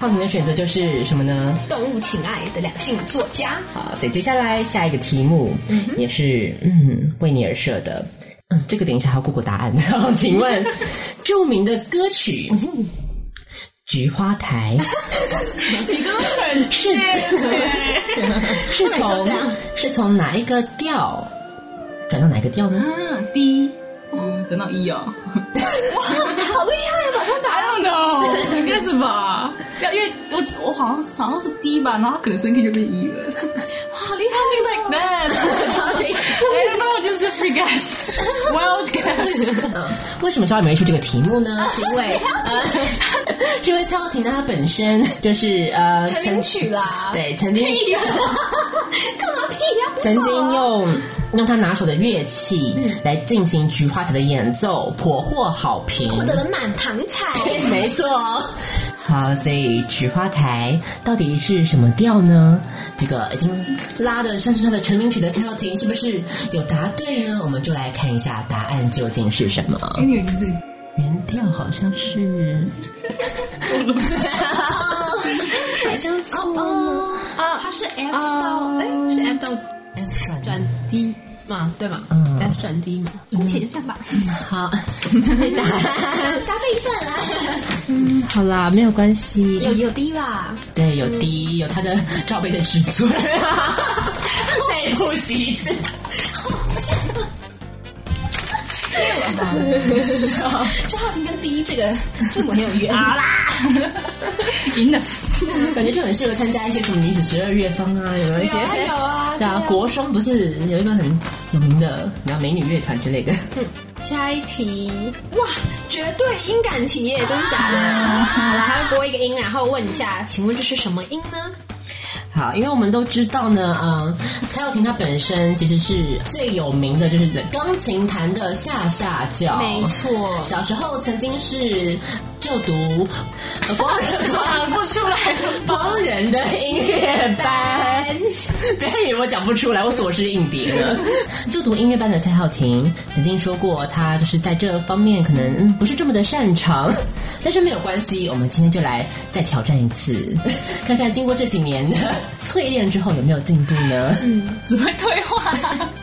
G: 浩婷的选择就是什么呢？
H: 动物情爱的两性作家，
G: 好，所以接下来下一个题目、也是嗯为你而设的。嗯，这个等一下还要过过答案。 好，请问著名的歌曲《菊花台》
J: 你真的很欸
G: 是是从是从哪一个调转到哪一个调呢？
J: 啊低，嗯，整到一 哦，
H: 好厉害，马上答
J: 不懂，应该是 吧？要因为我我好像好像是低吧，然后它可能升 K 就变一了。
H: 好厉
J: 哦
H: 害
J: Like that，哎，那我就是 free gas，wild gas。
G: 为什么稍微没出这个题目
H: 啊
G: 呢？是因为呃， 是因为蔡浩庭呢，他本身就是呃
H: 成名曲啦，
G: 曾对曾 经
H: 干嘛屁呀、啊
G: 曾经用用他拿手的乐器
H: 嗯
G: 来进行菊花台的演奏，颇获好评。
H: 获得了满堂 彩，
G: 没错。好，所以菊花台到底是什么调呢？这个已经拉的算是他的成名曲的蔡耀庭，是不是有答对呢？我们就来看一下答案究竟是什么。
J: 哎，你有就是
G: 原调好像是，
H: 好像错了啊，哦它是 F 到哎、是 F 到转 D 嘛，对吗、
G: 嗯
H: f 转 D 嘛，目前就这样吧。好， 答答备份啦，
G: 好啦，没有关系。
H: 有有 D 啦，
G: 对，有 D，有他的罩杯的尺寸。再复习一次。
H: 就浩庭跟 D 这个字母很有缘。好啦，
J: 赢的，
G: 感觉就很适合参加一些什么女子十二乐坊啊，有没有一些
H: 有啊有啊
G: 对啊，国双不是有一个很有名的，然后美女乐团之类的，
H: 下一题，哇，绝对音感题耶，真的假的？好了，还会播一个音，然后问一下，请问这是什么音呢？
G: 好，因为我们都知道呢，嗯，蔡耀庭她本身其实是最有名的就是钢琴弹的下下角，
H: 没错
G: 小时候曾经是就读呃光人
J: 讲不出来了。
G: 光人的音乐班，不要以为我讲不出来，我所是硬碟了。 就读音乐班的蔡浩庭曾经说过，他就是在这方面可能嗯不是这么的擅长， 但是没有关系，我们今天就来再挑战一 次，看看经过这几年的 淬炼之后有没有进步呢？
J: 只会退化。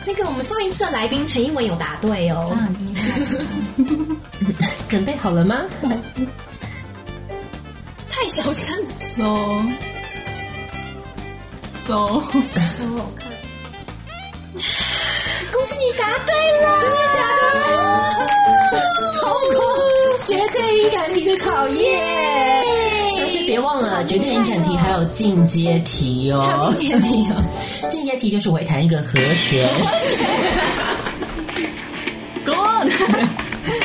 H: 那个我们上一次的来宾陈一文有答对哦，
G: 准备好了吗？
H: 太小声了。
J: So so，
H: 恭喜你答对了，真的假的？通过绝对音感题的考验，
G: 但是别忘了，绝对音感题还有进阶题哦，
H: 还有进阶题 哦。
G: 进阶题就是我会弹一个和弦。
J: Go on，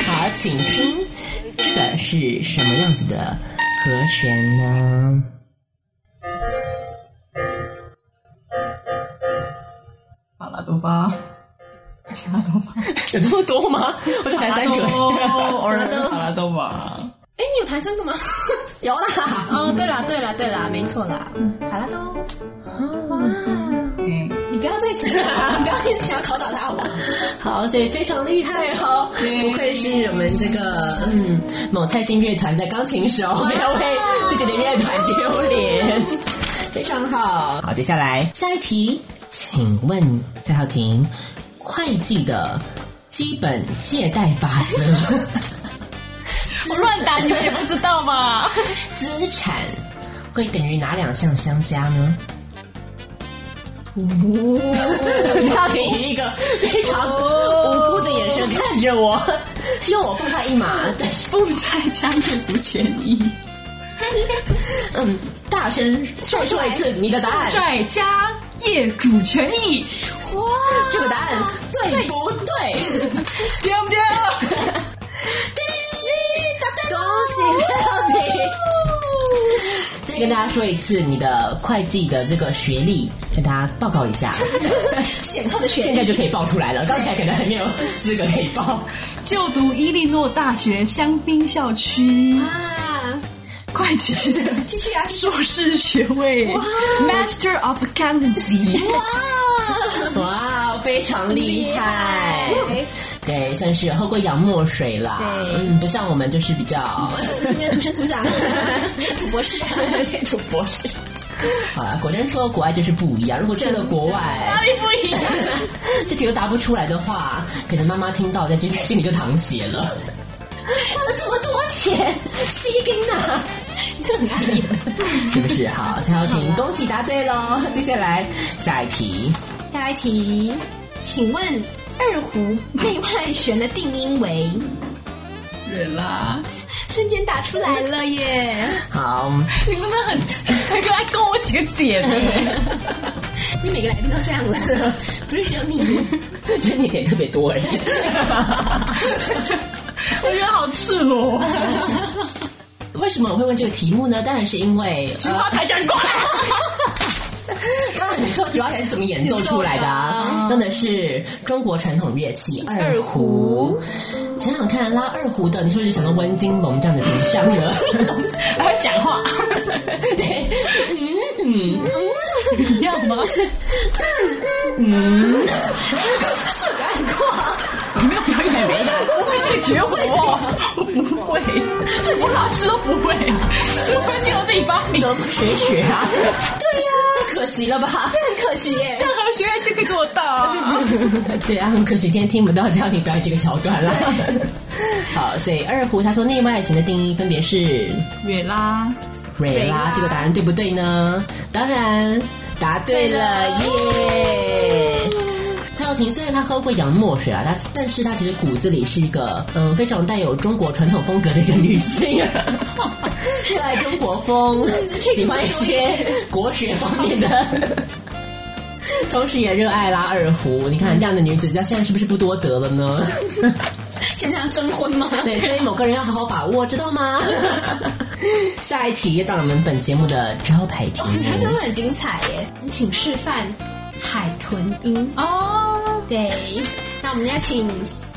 G: 好，请听，这个是什么样子的和弦呢？
J: 巴拉多巴，巴拉多巴，
G: 有这么多吗？ 我就弹三
J: 巴拉多
G: 个。
J: 巴拉多巴。
H: 哎，你有弹三个吗？
G: 有啦，
H: 哦，对啦，对啦，对啦，没错啦。好啦，都，
J: 嗯，
H: 你不要再讲， 你不要一直想要考倒他，好不好？
G: 好，所以非常厉害哦，不愧是我们这个嗯某蔡姓乐团的钢琴手，没有为自己的乐团丢脸，非常好。好，接下来下一题，请问蔡浩庭，会计的基本借贷法则。
J: 我乱打，你们也不知道 吧？
G: 资产会等于哪两项相加呢？他给 你一个非常无辜的眼神看着我，希望我放他一马。但是，
J: 负债加业主权益，
G: 嗯，大声再说一次你的答案，
J: 债加业主权益，
G: 这个答案对不对？
J: 丢不丢？
G: 恭喜到你！再跟大家说一次你的会计的这个学历，跟大家报告一下，
H: 显赫的学历
G: 现在就可以报出来了。刚才可能还没有资格可以报。
J: 就读伊利诺大学香槟校区，
H: 啊，
J: 会计的
H: 继续啊，
J: 硕士学位，Master of Accountancy。
G: 哇，非常厉害
H: 厉害！
G: 对，算是有喝过洋墨水啦。
H: 对
G: 嗯，不像我们就是比较
H: 那个土生土长， 土博 士，
G: 土博士。好啦，果真出了国外就是不一样。如果去了国外，哪里不一样？ 这题都答不出来的话，可能妈妈听到在心心里就淌血了。
H: 花了这么多钱，吸根呐，你这很爱脸。
G: 是不是？好，蔡浩婷，恭喜答对喽！接下来下一题，
H: 下一题，请问二胡内外旋的定音为？
J: 人啦，
H: 瞬间打出来了耶！
G: 好，
J: 你真的很很可爱，跟我几个点欸
H: 你每个来宾都这样 了，不是只有你。
G: 觉得你点特别多哎。
J: 我觉得好赤 裸哦。
G: 为什么我会问这个题目呢？当然是因为呃菊花台讲过 来。刚才你说菊花台是怎么演奏出来的、啊？用的是中国传统乐器二胡。想想看，拉二胡的，你是不是想到温金龙这样的形象呢？ 还会讲话， 对，嗯嗯嗯，一样吗？嗯
J: 嗯你没有表演没我会这个绝活，我不会，我哪次都不会，我会经常自己发明。
G: 你怎么不学学啊？对呀、太可惜了吧？
H: 很可惜耶，
J: 任何学院是可以做到。
G: 对啊，很可惜今天听不到教你表演这个桥段了。好，所以二胡他说内外形的定义分别是
J: 月拉，
G: 蕊拉，这个答案对不对呢？当然答对了耶！蔡耀庭虽然他喝过洋墨水啊，他但是他其实骨子里是一个嗯非常带有中国传统风格的一个女性， 热爱中国风，喜欢一些国学方面 的。同时也热爱拉二胡，你看这样的女子，到现在是不是不多得了呢？
H: 现在要征婚吗？
G: 对，所以某个人要好好把握，知道吗？下一题到我们本节目的招牌题
H: 你还真
G: 目
H: 的，很精彩耶！请示范海豚音哦。对，那我们要请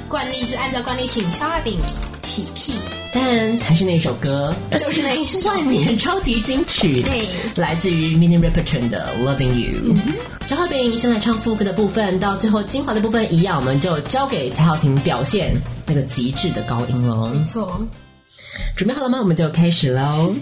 H: 惯例，就是按照惯例，请肖二饼起 key，
G: 当然还是那首歌，
H: 就是那一首。
G: 万年超级金曲，
H: 对嗯
G: 来自于 Mini Rapperton 的 Loving You。张浩平先来唱副歌的部分，到最后精华的部分一样，我们就交给蔡浩庭表现那个极致的高音喽。
H: 错，
G: 准备好了吗？我们就开始喽。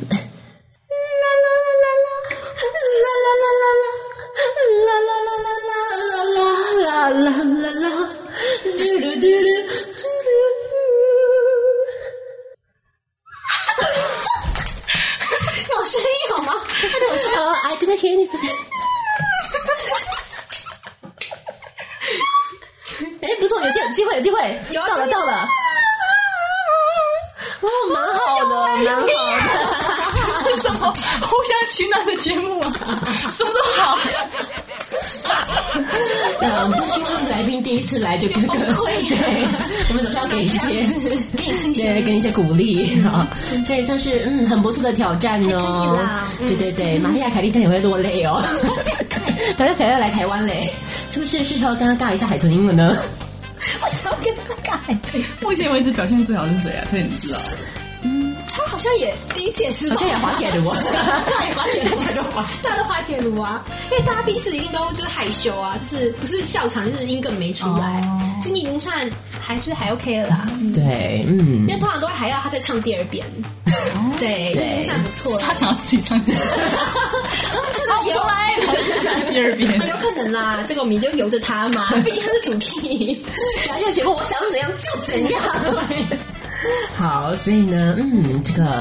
H: 有声音好吗？
G: I didn't hear anything. 哎，不错，有机有机会，有机会，
H: 有啊
G: 到了，
H: 真的
G: 到了。哇，蛮好的，蛮好的。
J: 为什么互相取暖的节目啊？什么都好，
G: 对啊，我们不希望来宾第一次来就跟崩溃。对，我们总是要给一些，对， 给你一些鼓励啊。所以算是嗯很不错的挑战哦
H: 啦。
G: 对对对，玛利亚凯莉她也会落泪 哦。本来凯莉要来台湾嘞，是不是是时候跟她尬一下海豚音了 呢？
H: 为什么跟他尬海豚？
J: 目前为止表现最好是谁啊？这你知道？
H: 他好像也第一次也失败，
G: 好像也滑铁卢啊
H: 大家也滑铁卢，大家都滑， 大家都滑铁卢啊！因为大家第一次一定都就是害羞啊，就是不是笑场，就是音更没出来，就你已经算还就是还 OK 了啦。
G: 对，嗯
H: 因为通常都会还要他再唱第二遍，哦对，已经算不错 了。
J: 他想要自己唱歌，
H: 真的有来，
J: 第二遍
H: 有可能啊啦，这个我们就留着他 嘛，毕竟他是主 key。来 这个节目，我想怎样就怎样。
G: 好，所以呢，嗯，这个《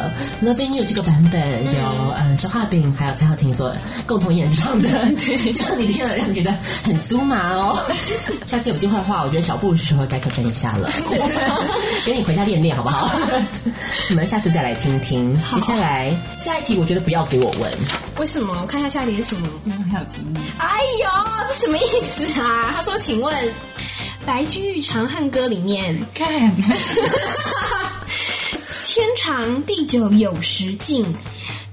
G: Loving You》这个版本由嗯肖化饼还有蔡浩庭所共同演唱的， 对，希望你听了让你觉得很酥麻哦。 下次有机会的话，我觉得小布是时候该挑战一下 了，给你回家练练好不 好？我们下次再来听听。接下来下一题，我觉得不要给我 问，
H: 为什么？我看一下下一题是什么。
J: 还有题目，
H: 哎呦，这什么意思啊？ 他说：“请问《白居易长恨歌》里 面，
J: 看
H: 天长地久有时尽，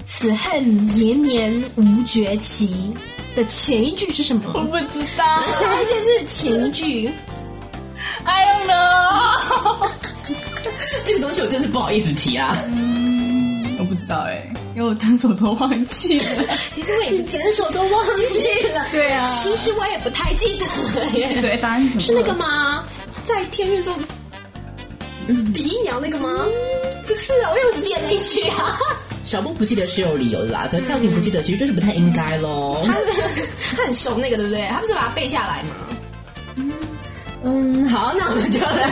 H: 此恨绵绵无绝期。”的前一句是什 么？
J: 不知道
H: 下一句是前一句，
J: ，I don't know。
G: 这个东西我真是不好意思提啊。
J: 我不知道哎、因为我整首都忘记了。
H: 其实我也整首都忘记了，
J: 对啊
H: 其实我也不太记得耶，
J: 对，答案是
H: 是
J: 什么？
H: 那个吗？在天运中，迪鸟那个吗？嗯不是啊，我又只记得那一句啊。
G: 小布不记得是有理由的啦，可是跳婷不记得，其实就是不太应该喽。
H: 他他很熟那个，对不对？他不是把它背下来吗？
G: 嗯，好，那我们就来。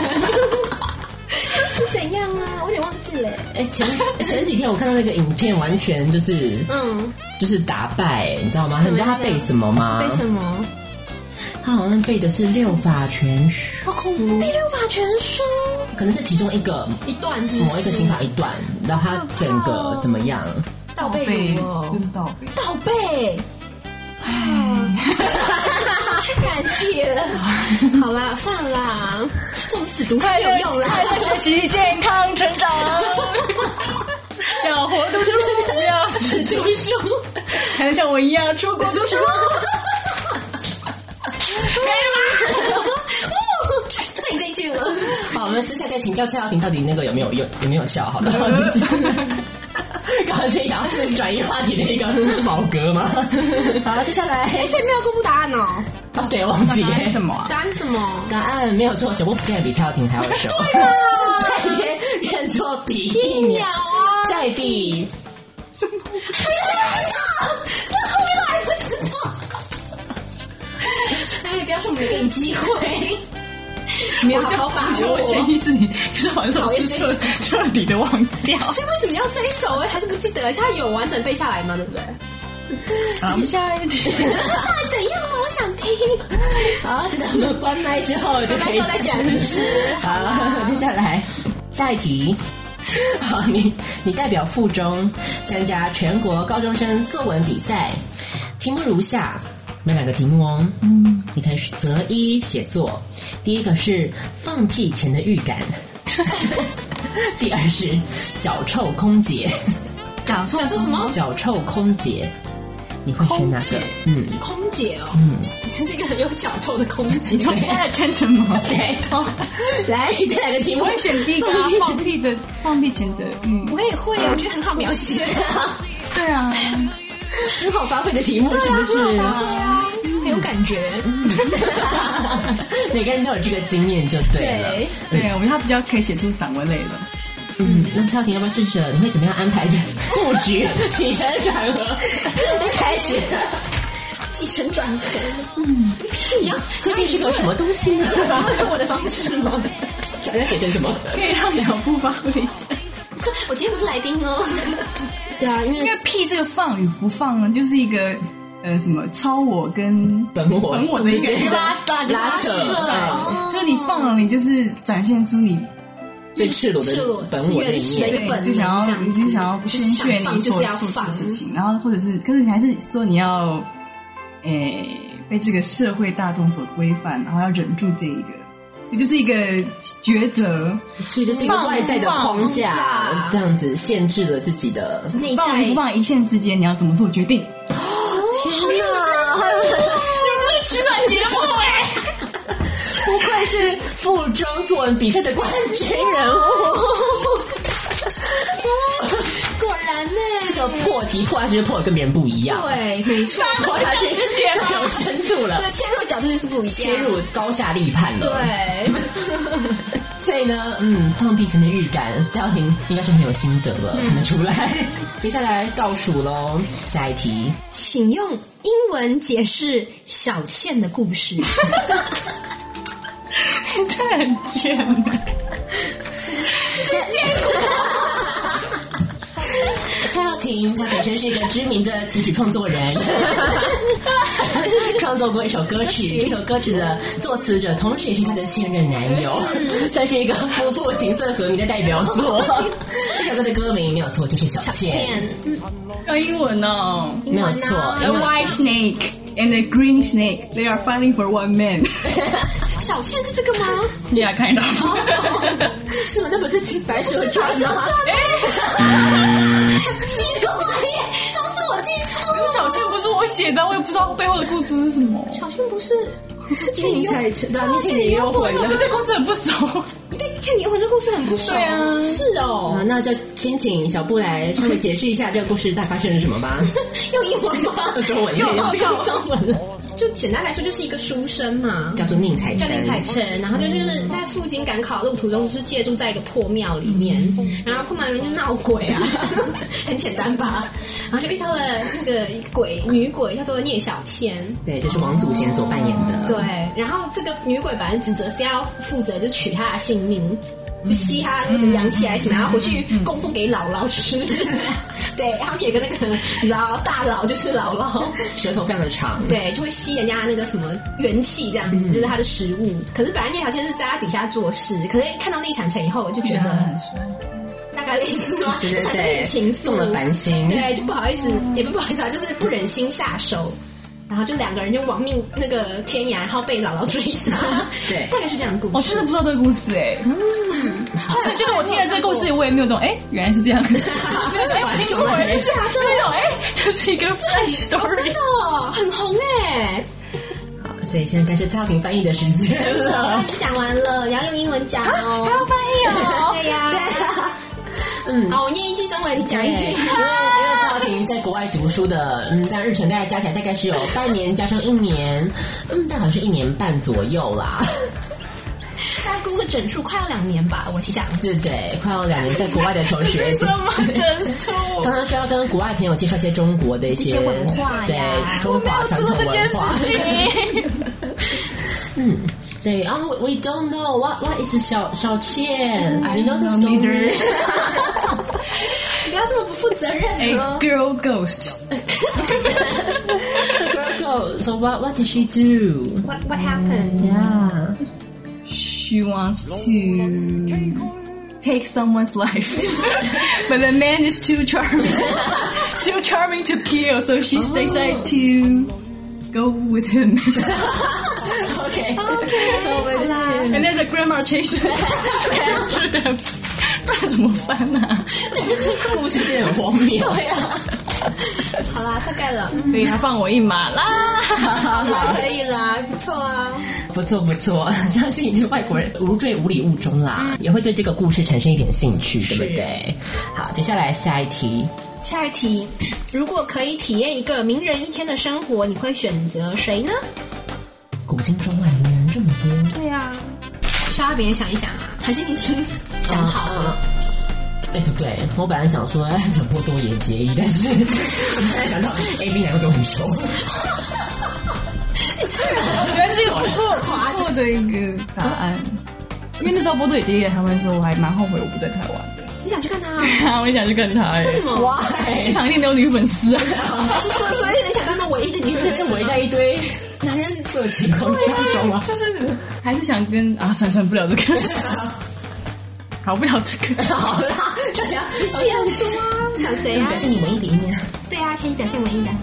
H: 是怎样啊？我有点忘记了。
G: 哎、前前几天我看到那个影片，完全就是
H: 嗯，
G: 就是打败，你知道吗？你知道他背什么吗？
H: 背什么？
G: 他好像背的是六法全书，
H: 好恐怖！背六法全书
G: 可能是其中一个
H: 一段是不是
G: 某一个刑法一段，然后他整个怎么样？
J: 倒
H: 倒背如流
J: 就，是倒背。
H: 倒背。感气了， 好啦，算啦，这种死读书没有用啦。
C: 学习健康成 长，要活读书，不要死读书，还能像我一样出国读书。
H: 对你这一句了，
G: 好，我们私下再请教蔡耀庭到底那个有没有用，有没有效？好了，刚才想要转移话题的一个宝哥吗？好，接下来
H: 哎，所以没有公布答案哦。
G: 啊，对，忘记
J: 答案是什么啊？
H: 答案是什么？
G: 答案没有错，小波竟然比蔡耀庭还要熟。
H: 啊
G: 在边边做比翼
H: 鸟
G: 鸟，
H: 啊！
G: 在地
H: 哎，不要说我们给你 机会，
J: 我就
H: 好好把
J: 我觉得我潜意识里就是好像是我是彻彻底的 忘掉。
H: 所以为什么要这一首？哎，还是不记得？而且他有完整背下来吗？对不对？
J: 好，我们下一题。
H: 到底怎样啊？我想听，
G: 好，等到我们关麦之后就
H: 来
G: 可
H: 之
G: 以
H: 后再讲，是不是？
G: 好，接下来下一题。好，你你代表附中参加全国高中生作文比赛，题目如下，每两个题目哦。嗯，你可以择一写作。第一个是放屁前的预感， 第二是脚臭空姐，
J: 讲错
H: 想说什么？
G: 脚臭空姐，你会选哪个？嗯，
H: 空姐哦，嗯，是一个很有脚臭的空姐。
J: 你在看什 么？
H: 对，
J: 哦
G: 来这两个题目
J: 我，会选第一个啊，放屁的放屁前的嗯，
H: 我也会，我觉得很好描写。
J: 对啊，
G: 很好发挥的题目是
H: 啊
G: 不是？
H: 很有感觉，
G: 每个人都有这个经验就对了。
H: 对，
J: 对，我觉得他比较可以写出散文类的。
G: 嗯，那蔡耀庭要不要试试？你会怎么样安排布局、 起承转合？
H: 开始起承转合，嗯
G: 你要究竟嗯是个什么东西呢？
H: 哎是我的方式 吗？
G: 转要写成什么？
J: 可以让小布发挥一下。
H: 我今天不是来宾哦。对啊，因
J: 因为屁这个放与不放呢，就是一个呃什么超我跟
H: 哦
G: 本我
J: 本我的一个拉拉
G: 拉扯哎
H: 哦
J: 就是你放了，你就是展现出你
G: 最赤裸
H: 哦赤裸
G: 的本我的一
H: 是
G: 面。
H: 一个本能
J: 就想
H: 这
J: 要
H: 样子
J: 你就想要
H: 就是
J: 宣
H: 想
J: 泄
H: 放
J: 你
H: 就是
J: 所
H: 要
J: 做
H: 放
J: 的事情，然后或者是，可是你还是说你要诶、被这个社会大众所规范，然后要忍住这一个，这就是一个抉择，
G: 所以就是一个外在的框架
H: 放，
G: 这样子限制了自己的。
H: 内
J: 放与不放一线之间，你要怎么做决定？
H: 啊
G: 不愧是附中作文比赛的冠军人物，
H: 果然呢，
G: 这个破题破下去破的跟别人不一样，
H: 对，没错，
G: 破下去
H: 对
G: 有深度了，
H: 切入角度就是不一样，
G: 切入高下立判了。
H: 对，
G: 所以呢，嗯，放屁前的预感，蔡耀庭应该是很有心得了，
H: 嗯
G: 看得出来。接下来倒数喽，下一题，
H: 请用英文解释小倩的故事。
J: 这很贱的，
G: 蔡耀庭她本身是一个知名的词曲创作 人，创作过一首歌曲，这首歌曲的作词者同时也是她的现任男友，算是一个夫妇琴瑟和鸣的代表 作。这首歌的歌名没有错，就是小倩，
H: 倩
J: 要英文哦。
G: 没有错。
J: A white snake and a green snake, they are fighting for one man.
H: 小倩是这个吗？
J: Yeah, kind of.
G: 什么？那不是白蛇传吗？
H: 啊奇怪耶，当时我记错了。
J: 小倩不是我写的，我也不知道背后的故事是什么。
H: 小倩不是你
G: 宁采臣，对啊，你请你幽魂
J: 我
G: 的
J: 对。这公司很不熟。
H: 对，倩女幽魂这故事很不熟，
J: 对啊
H: 是
G: 啊
H: 哦，，
G: 那就先请小布来稍微解释一下这个故事大概发生了什么吧。
H: 用英文吗？
G: 中 文
H: 用用中文了， 就简单来说就是一个书生嘛，
G: 叫做宁采
H: 叫
G: 臣，
H: 林采臣，然后就是在赴京赶考的路途中，就是借住在一个破庙里面，然后破庙里面就闹鬼啊， 很简单吧？然后就遇到了那个鬼女鬼，叫做聂小倩。
G: 对，就是王祖贤所扮演的。
H: 对，然后这个女鬼本来指责是要负责就取她的性命，就吸她就是养起来，请她回去供奉给姥姥吃。 对，他们有个那个你知道大佬就是姥姥，
G: 舌头非常的长。
H: 对，就会吸人家那个什么元气这样子，就是他的食物。可是本来聂小倩是在他底下做事，可是看到那一产城以后，我就觉
J: 觉得
H: 得啊
J: 很帅，
H: 大概类似 吗？
G: 对对
H: 产生
G: 对，
H: 点情愫，
G: 送了繁星。
H: 对，就不好意思，也不不好意思啊，就是不忍心下手。然后就两个人就亡命那个天涯，然后被姥姥追 杀。
G: 对
H: 大概是这样的故 事。
J: 我真的不知道这个故事哎。后来就是我听了这个故事，我也没有懂，哎，原来是 这样。没有听过，没有懂，哎，就是一 个 flash story
H: 真。的哦很红哎、
G: 好，所以现在该是蔡耀庭翻译的时间 了。
H: 讲完了，然后用英文讲哦，还要翻译哦， 对呀、
G: 嗯。
H: 好，我念一句中文，讲一句
G: 因为因为蔡耀庭在国外读书的，嗯，但日程大概加起来大概是有半年加上一年，嗯，但好像是一年半左右啦。
H: 大概估个整数快要两年吧，我想。
G: 对对，快要两年在国外的求学，
H: 这么整数？
G: 常常需要跟国外朋友介绍一些中国的一
H: 一
G: 些
H: 些文化呀
G: 对中华传统文化。 嗯，所以啊、w e don't know what what is 小小倩，I know the story。
H: 不要这么不负责
J: 哎
H: 任哦。
J: ，Girl Ghost，
G: The girl goes, so what what did she do?
H: What What happened？
G: Yeah.
J: she wants to take someone's life, but the man is too charming, too charming to kill, so she decided to go with him.
G: OK，
H: 好啦，
J: And there's a grandma chasing after them. 那怎么办呢、啊？
G: 故事变得很荒谬。
H: 对呀，好啦，大概了，嗯，
J: 所以他放我一马 啦。
H: 好啦，可以啦，不错啊。
G: 不错不错， 相信你是外国人，无对无礼物中啦，也会对这个故事产生一点兴趣，对不对？好，接下来下一题，
H: 下一题，如果可以体验一个名人一天的生活，你会选择谁呢？
G: 古今中外名人这么多，
H: 对呀、啊，需要别人想一想啊，还是你已经想好了？
G: 哎，不对，我本来想说哎讲波多野结衣，但是我突然想到 A B 两个都很熟，
J: 原来是一个不错不错的一个答案，因为那时候波多野结衣来台湾的时候，我还蛮后悔我不在台湾的。
H: 你想去看他、啊？
J: 对 啊，我也想去看他哎、
H: 为什么？哇，
J: 机场一定没有女粉 丝啊。
H: 是所所以你想当到唯一的女粉丝吗，
G: 围哎在一堆
H: 男人
G: 色情空间中啊。
J: 就是还是想跟啊，算了算了不聊这个，好不聊这个。
G: 好啦，大家
H: 自己要说啊，想谁啊
G: 表？现你文艺底面，
H: 对啊，可以表现文艺感。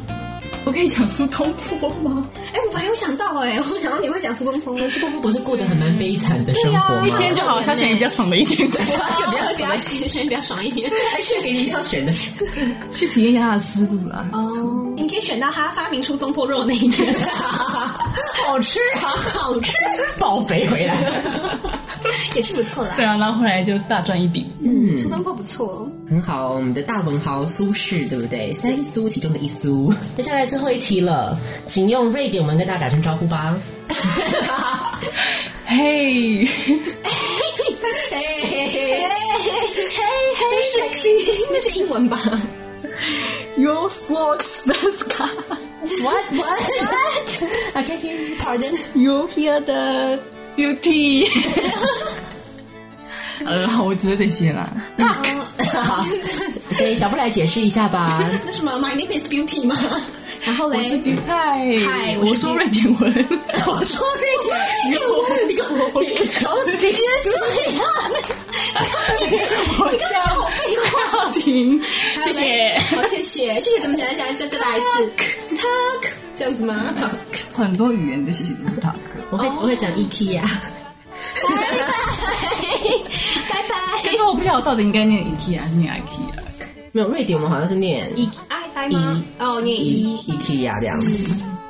J: 我可以讲苏东坡 吗？
H: 哎、我本来有想到哎、我想到你会讲苏东坡，我去过
G: 不是过得很蛮悲惨的生活吗？
J: 啊一天就好，像选一个比较爽的一天，
H: 比较比较其实比较爽一点。
G: 还是给你挑选的，
J: 去体验一下他的思路啦。
H: 哦，你可以选到他发明出东坡肉那一天，
G: 好吃
H: 好好吃，
G: 爆肥回来。
H: 也是不错啦。
J: 对啊，然后后来就大赚一笔。
H: 嗯，苏东坡不错。
G: 很好，我们的大文豪苏轼，对不对？三苏其中的一苏。嗯 接下来最后一题了，请用瑞典文跟大家打声招呼 吧。
J: 嘿，
H: 嘿嘿嘿，sexy，那是英文吧
J: Your blocks Veska.
H: ？What what what？I can hear you. Pardon.
J: You hear the beauty 。呃，好，我只能这些啦。
G: 所以小布来解释一下吧。
H: 那什么，My name is Beauty 吗？然后嘞，
J: 我是 beauty，嗨哎
H: 嗨我是
J: 我说瑞典文，
H: 我说这个，
G: 然后是给
H: 对呀，
J: 我叫浩婷， 谢谢。
H: 好，谢谢，谢谢，怎么讲？讲再再来一次，talk 这样子吗？talk，
J: 很多语言的谢谢都是他。
G: 我会我会讲 E 啊 IKEA，
J: 可
H: 拜拜。
J: 是我不晓得我到底应该念 IKEA 还是念啊 IKEA。
G: 没有瑞典文好像是念 E，
H: i 爱拜吗？哦，念一，
G: IKEA 这样。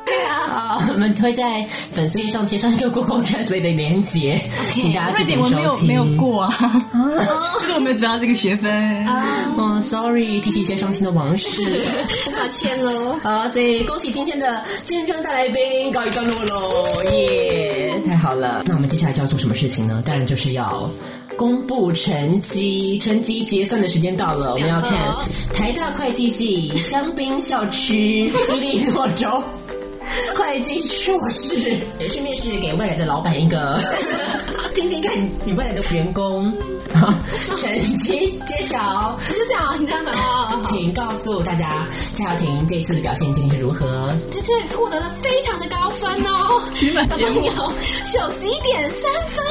H: 对啊，
G: 啊 我们会在粉丝页上贴上一个 Google Translate 的连接，请大家
J: 瑞
G: 自
J: 典
G: 行
J: 文没
G: 收
J: 有没有
G: 听。
J: 过啊，这个我没有得到这个学分。
H: 啊
G: 嗯、s o r r y 提起一些伤心的往事。
H: 抱歉哦喽。
G: 好，所以恭喜今天的青春大来宾告一段落喽，耶、太好了，那我们接下来就要做什么事情呢？当然就是要。公布成绩，成绩结算的时间到了，我们要看台大会计系香槟校区伊利诺 州会计硕士，顺便是给未来的老板一 个听听看你未来的员工好成绩揭晓。
H: 是这样啊，你这样的啊。
G: 请告诉大家，蔡耀婷这次的表现究竟是如何？
H: 这次获得了非常的高分哦，取满分有九十一点三 分，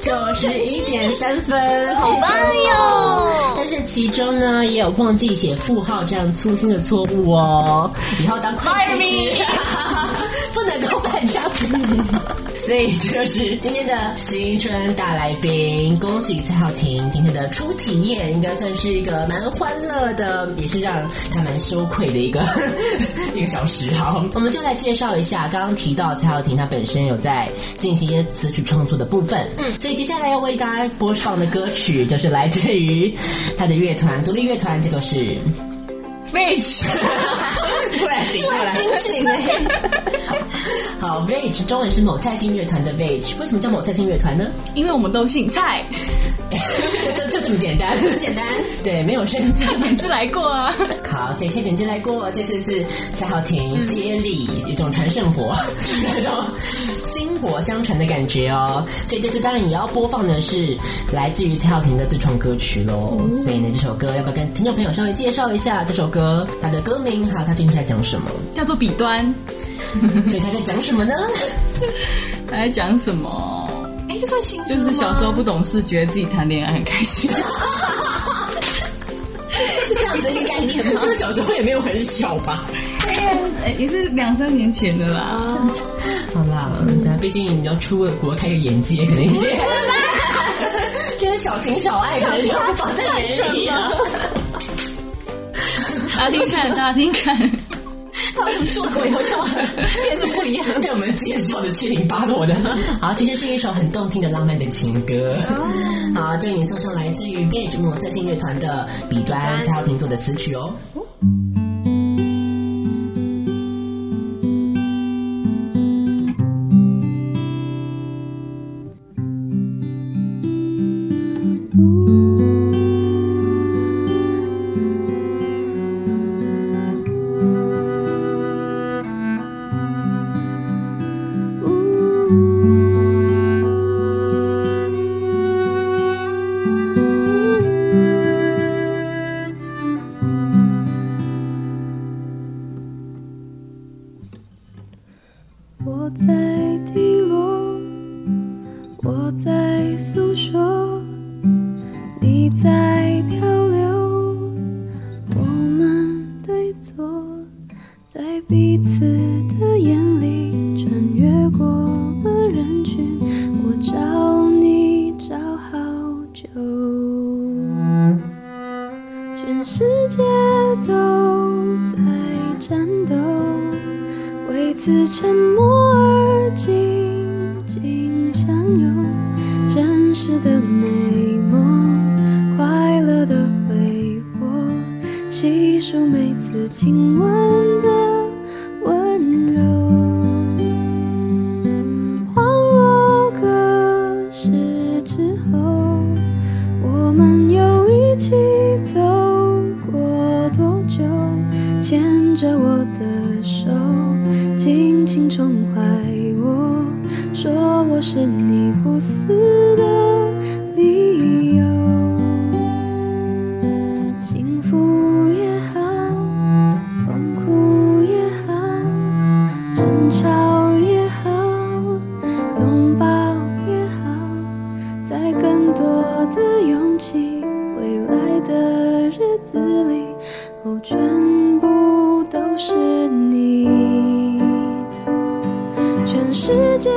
G: 九十一点三分，好棒
H: 哟！
G: 但是其中呢，也有忘记写负号这样粗心的错误哦。以后当会计师 不能够犯这样子。所以这就是今天的新春大来宾，恭喜蔡浩庭今天的初体验，应该算是一个蛮欢乐的，也是让他蛮羞愧的一个 一个小时。好，我们就来介绍一下刚刚提到蔡浩庭，他本身有在进行一些词曲创作的部分，嗯，所以接下来要为大家播放的歌曲就是来自于他的乐团独立乐团，这就是 Rich，突然醒过来。
H: 惊喜呢？
G: 好，Rage 中文是某菜星乐团的 Rage，为什么叫某菜星乐团呢？
J: 因为我们都姓蔡，
G: 就就就这么简单，这么简单。 对，没有生 机。
J: 你是来过啊？
G: 好，所以蔡点就来过，这次是蔡浩庭接力，一种传圣火， 那种薪火相传的感觉哦。所以这次当然也要播放的是来自于蔡浩庭的自创歌曲喽。所以呢，这首歌要不要跟听众朋友稍微介绍一下这首歌它的歌名，还有它究竟在讲 什么？
J: 叫做笔端，
G: 所以它在讲什么 呢？
J: 还在讲什么？
H: 哎，这算新歌
J: 就
H: 吗
J: 是小时候不懂事，觉得自己谈恋爱很开心。
H: 是这样子的一个概念吗
G: 这？个小时候也没有很小吧？
J: 哎也是两三年前的啦。
G: 好啦，但毕竟你要出个国开个眼界，可能一 些。这些小情小爱，可能就不放在眼 里了。
J: 大家啊听 看，大家听看，
H: 他为什么 出国以后就变成不一样？
G: 被我们介绍的七零八 落的。好，其实是一首很动听的浪漫的情歌。好，就为你送上来自于 Beige 抹色信乐团的《笔端》蔡浩庭做的词曲哦。
A: 我在低落，我在诉说，你在漂流，我们对坐，在彼此的眼里穿越过了人群，我找你找好久，全世界都在战斗。为此沉默而静静相拥，真实的美梦，快乐的挥霍，细数每次亲吻的温柔，恍若隔世之后。我们又一起走过多久？牵着我的手，紧紧宠坏我，说我是你不死的理由。幸福也好，痛苦也好，争吵也好，拥抱也好。在更多的勇气，未来的日子里，哦，全部都是你。全世界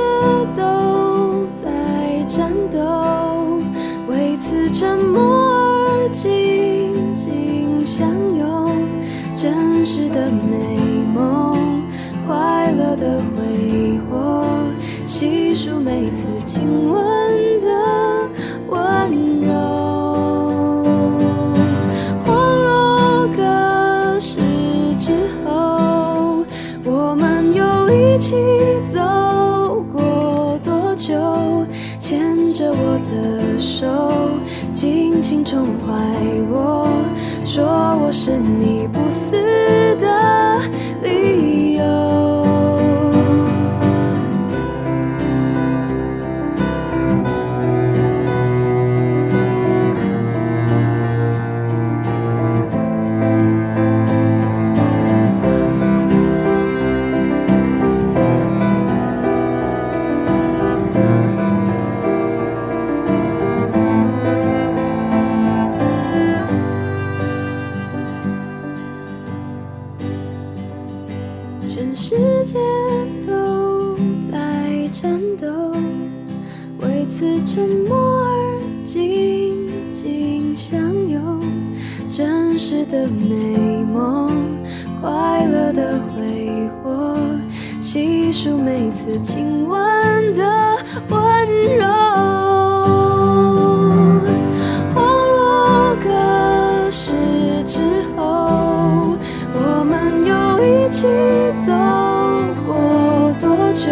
A: 都在战斗，为此沉默而紧紧相拥，真实的美梦，快乐的回束每次亲吻的温柔。恍若隔世之后，我们又一起走过多久？牵着我的手，紧紧宠坏我，说我是你不死的理由。全世界都在战斗，为此沉默而紧紧相拥。真实的美梦，快乐的挥霍，细数每次亲吻的温柔。恍若隔世之后。我们又一起走过多久？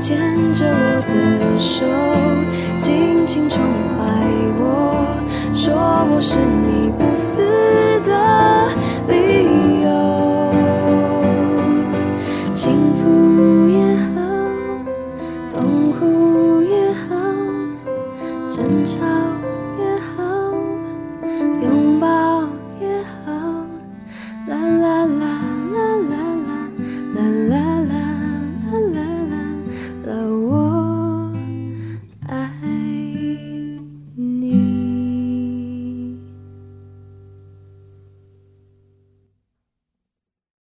A: 牵着我的手，紧紧宠坏我，说我是你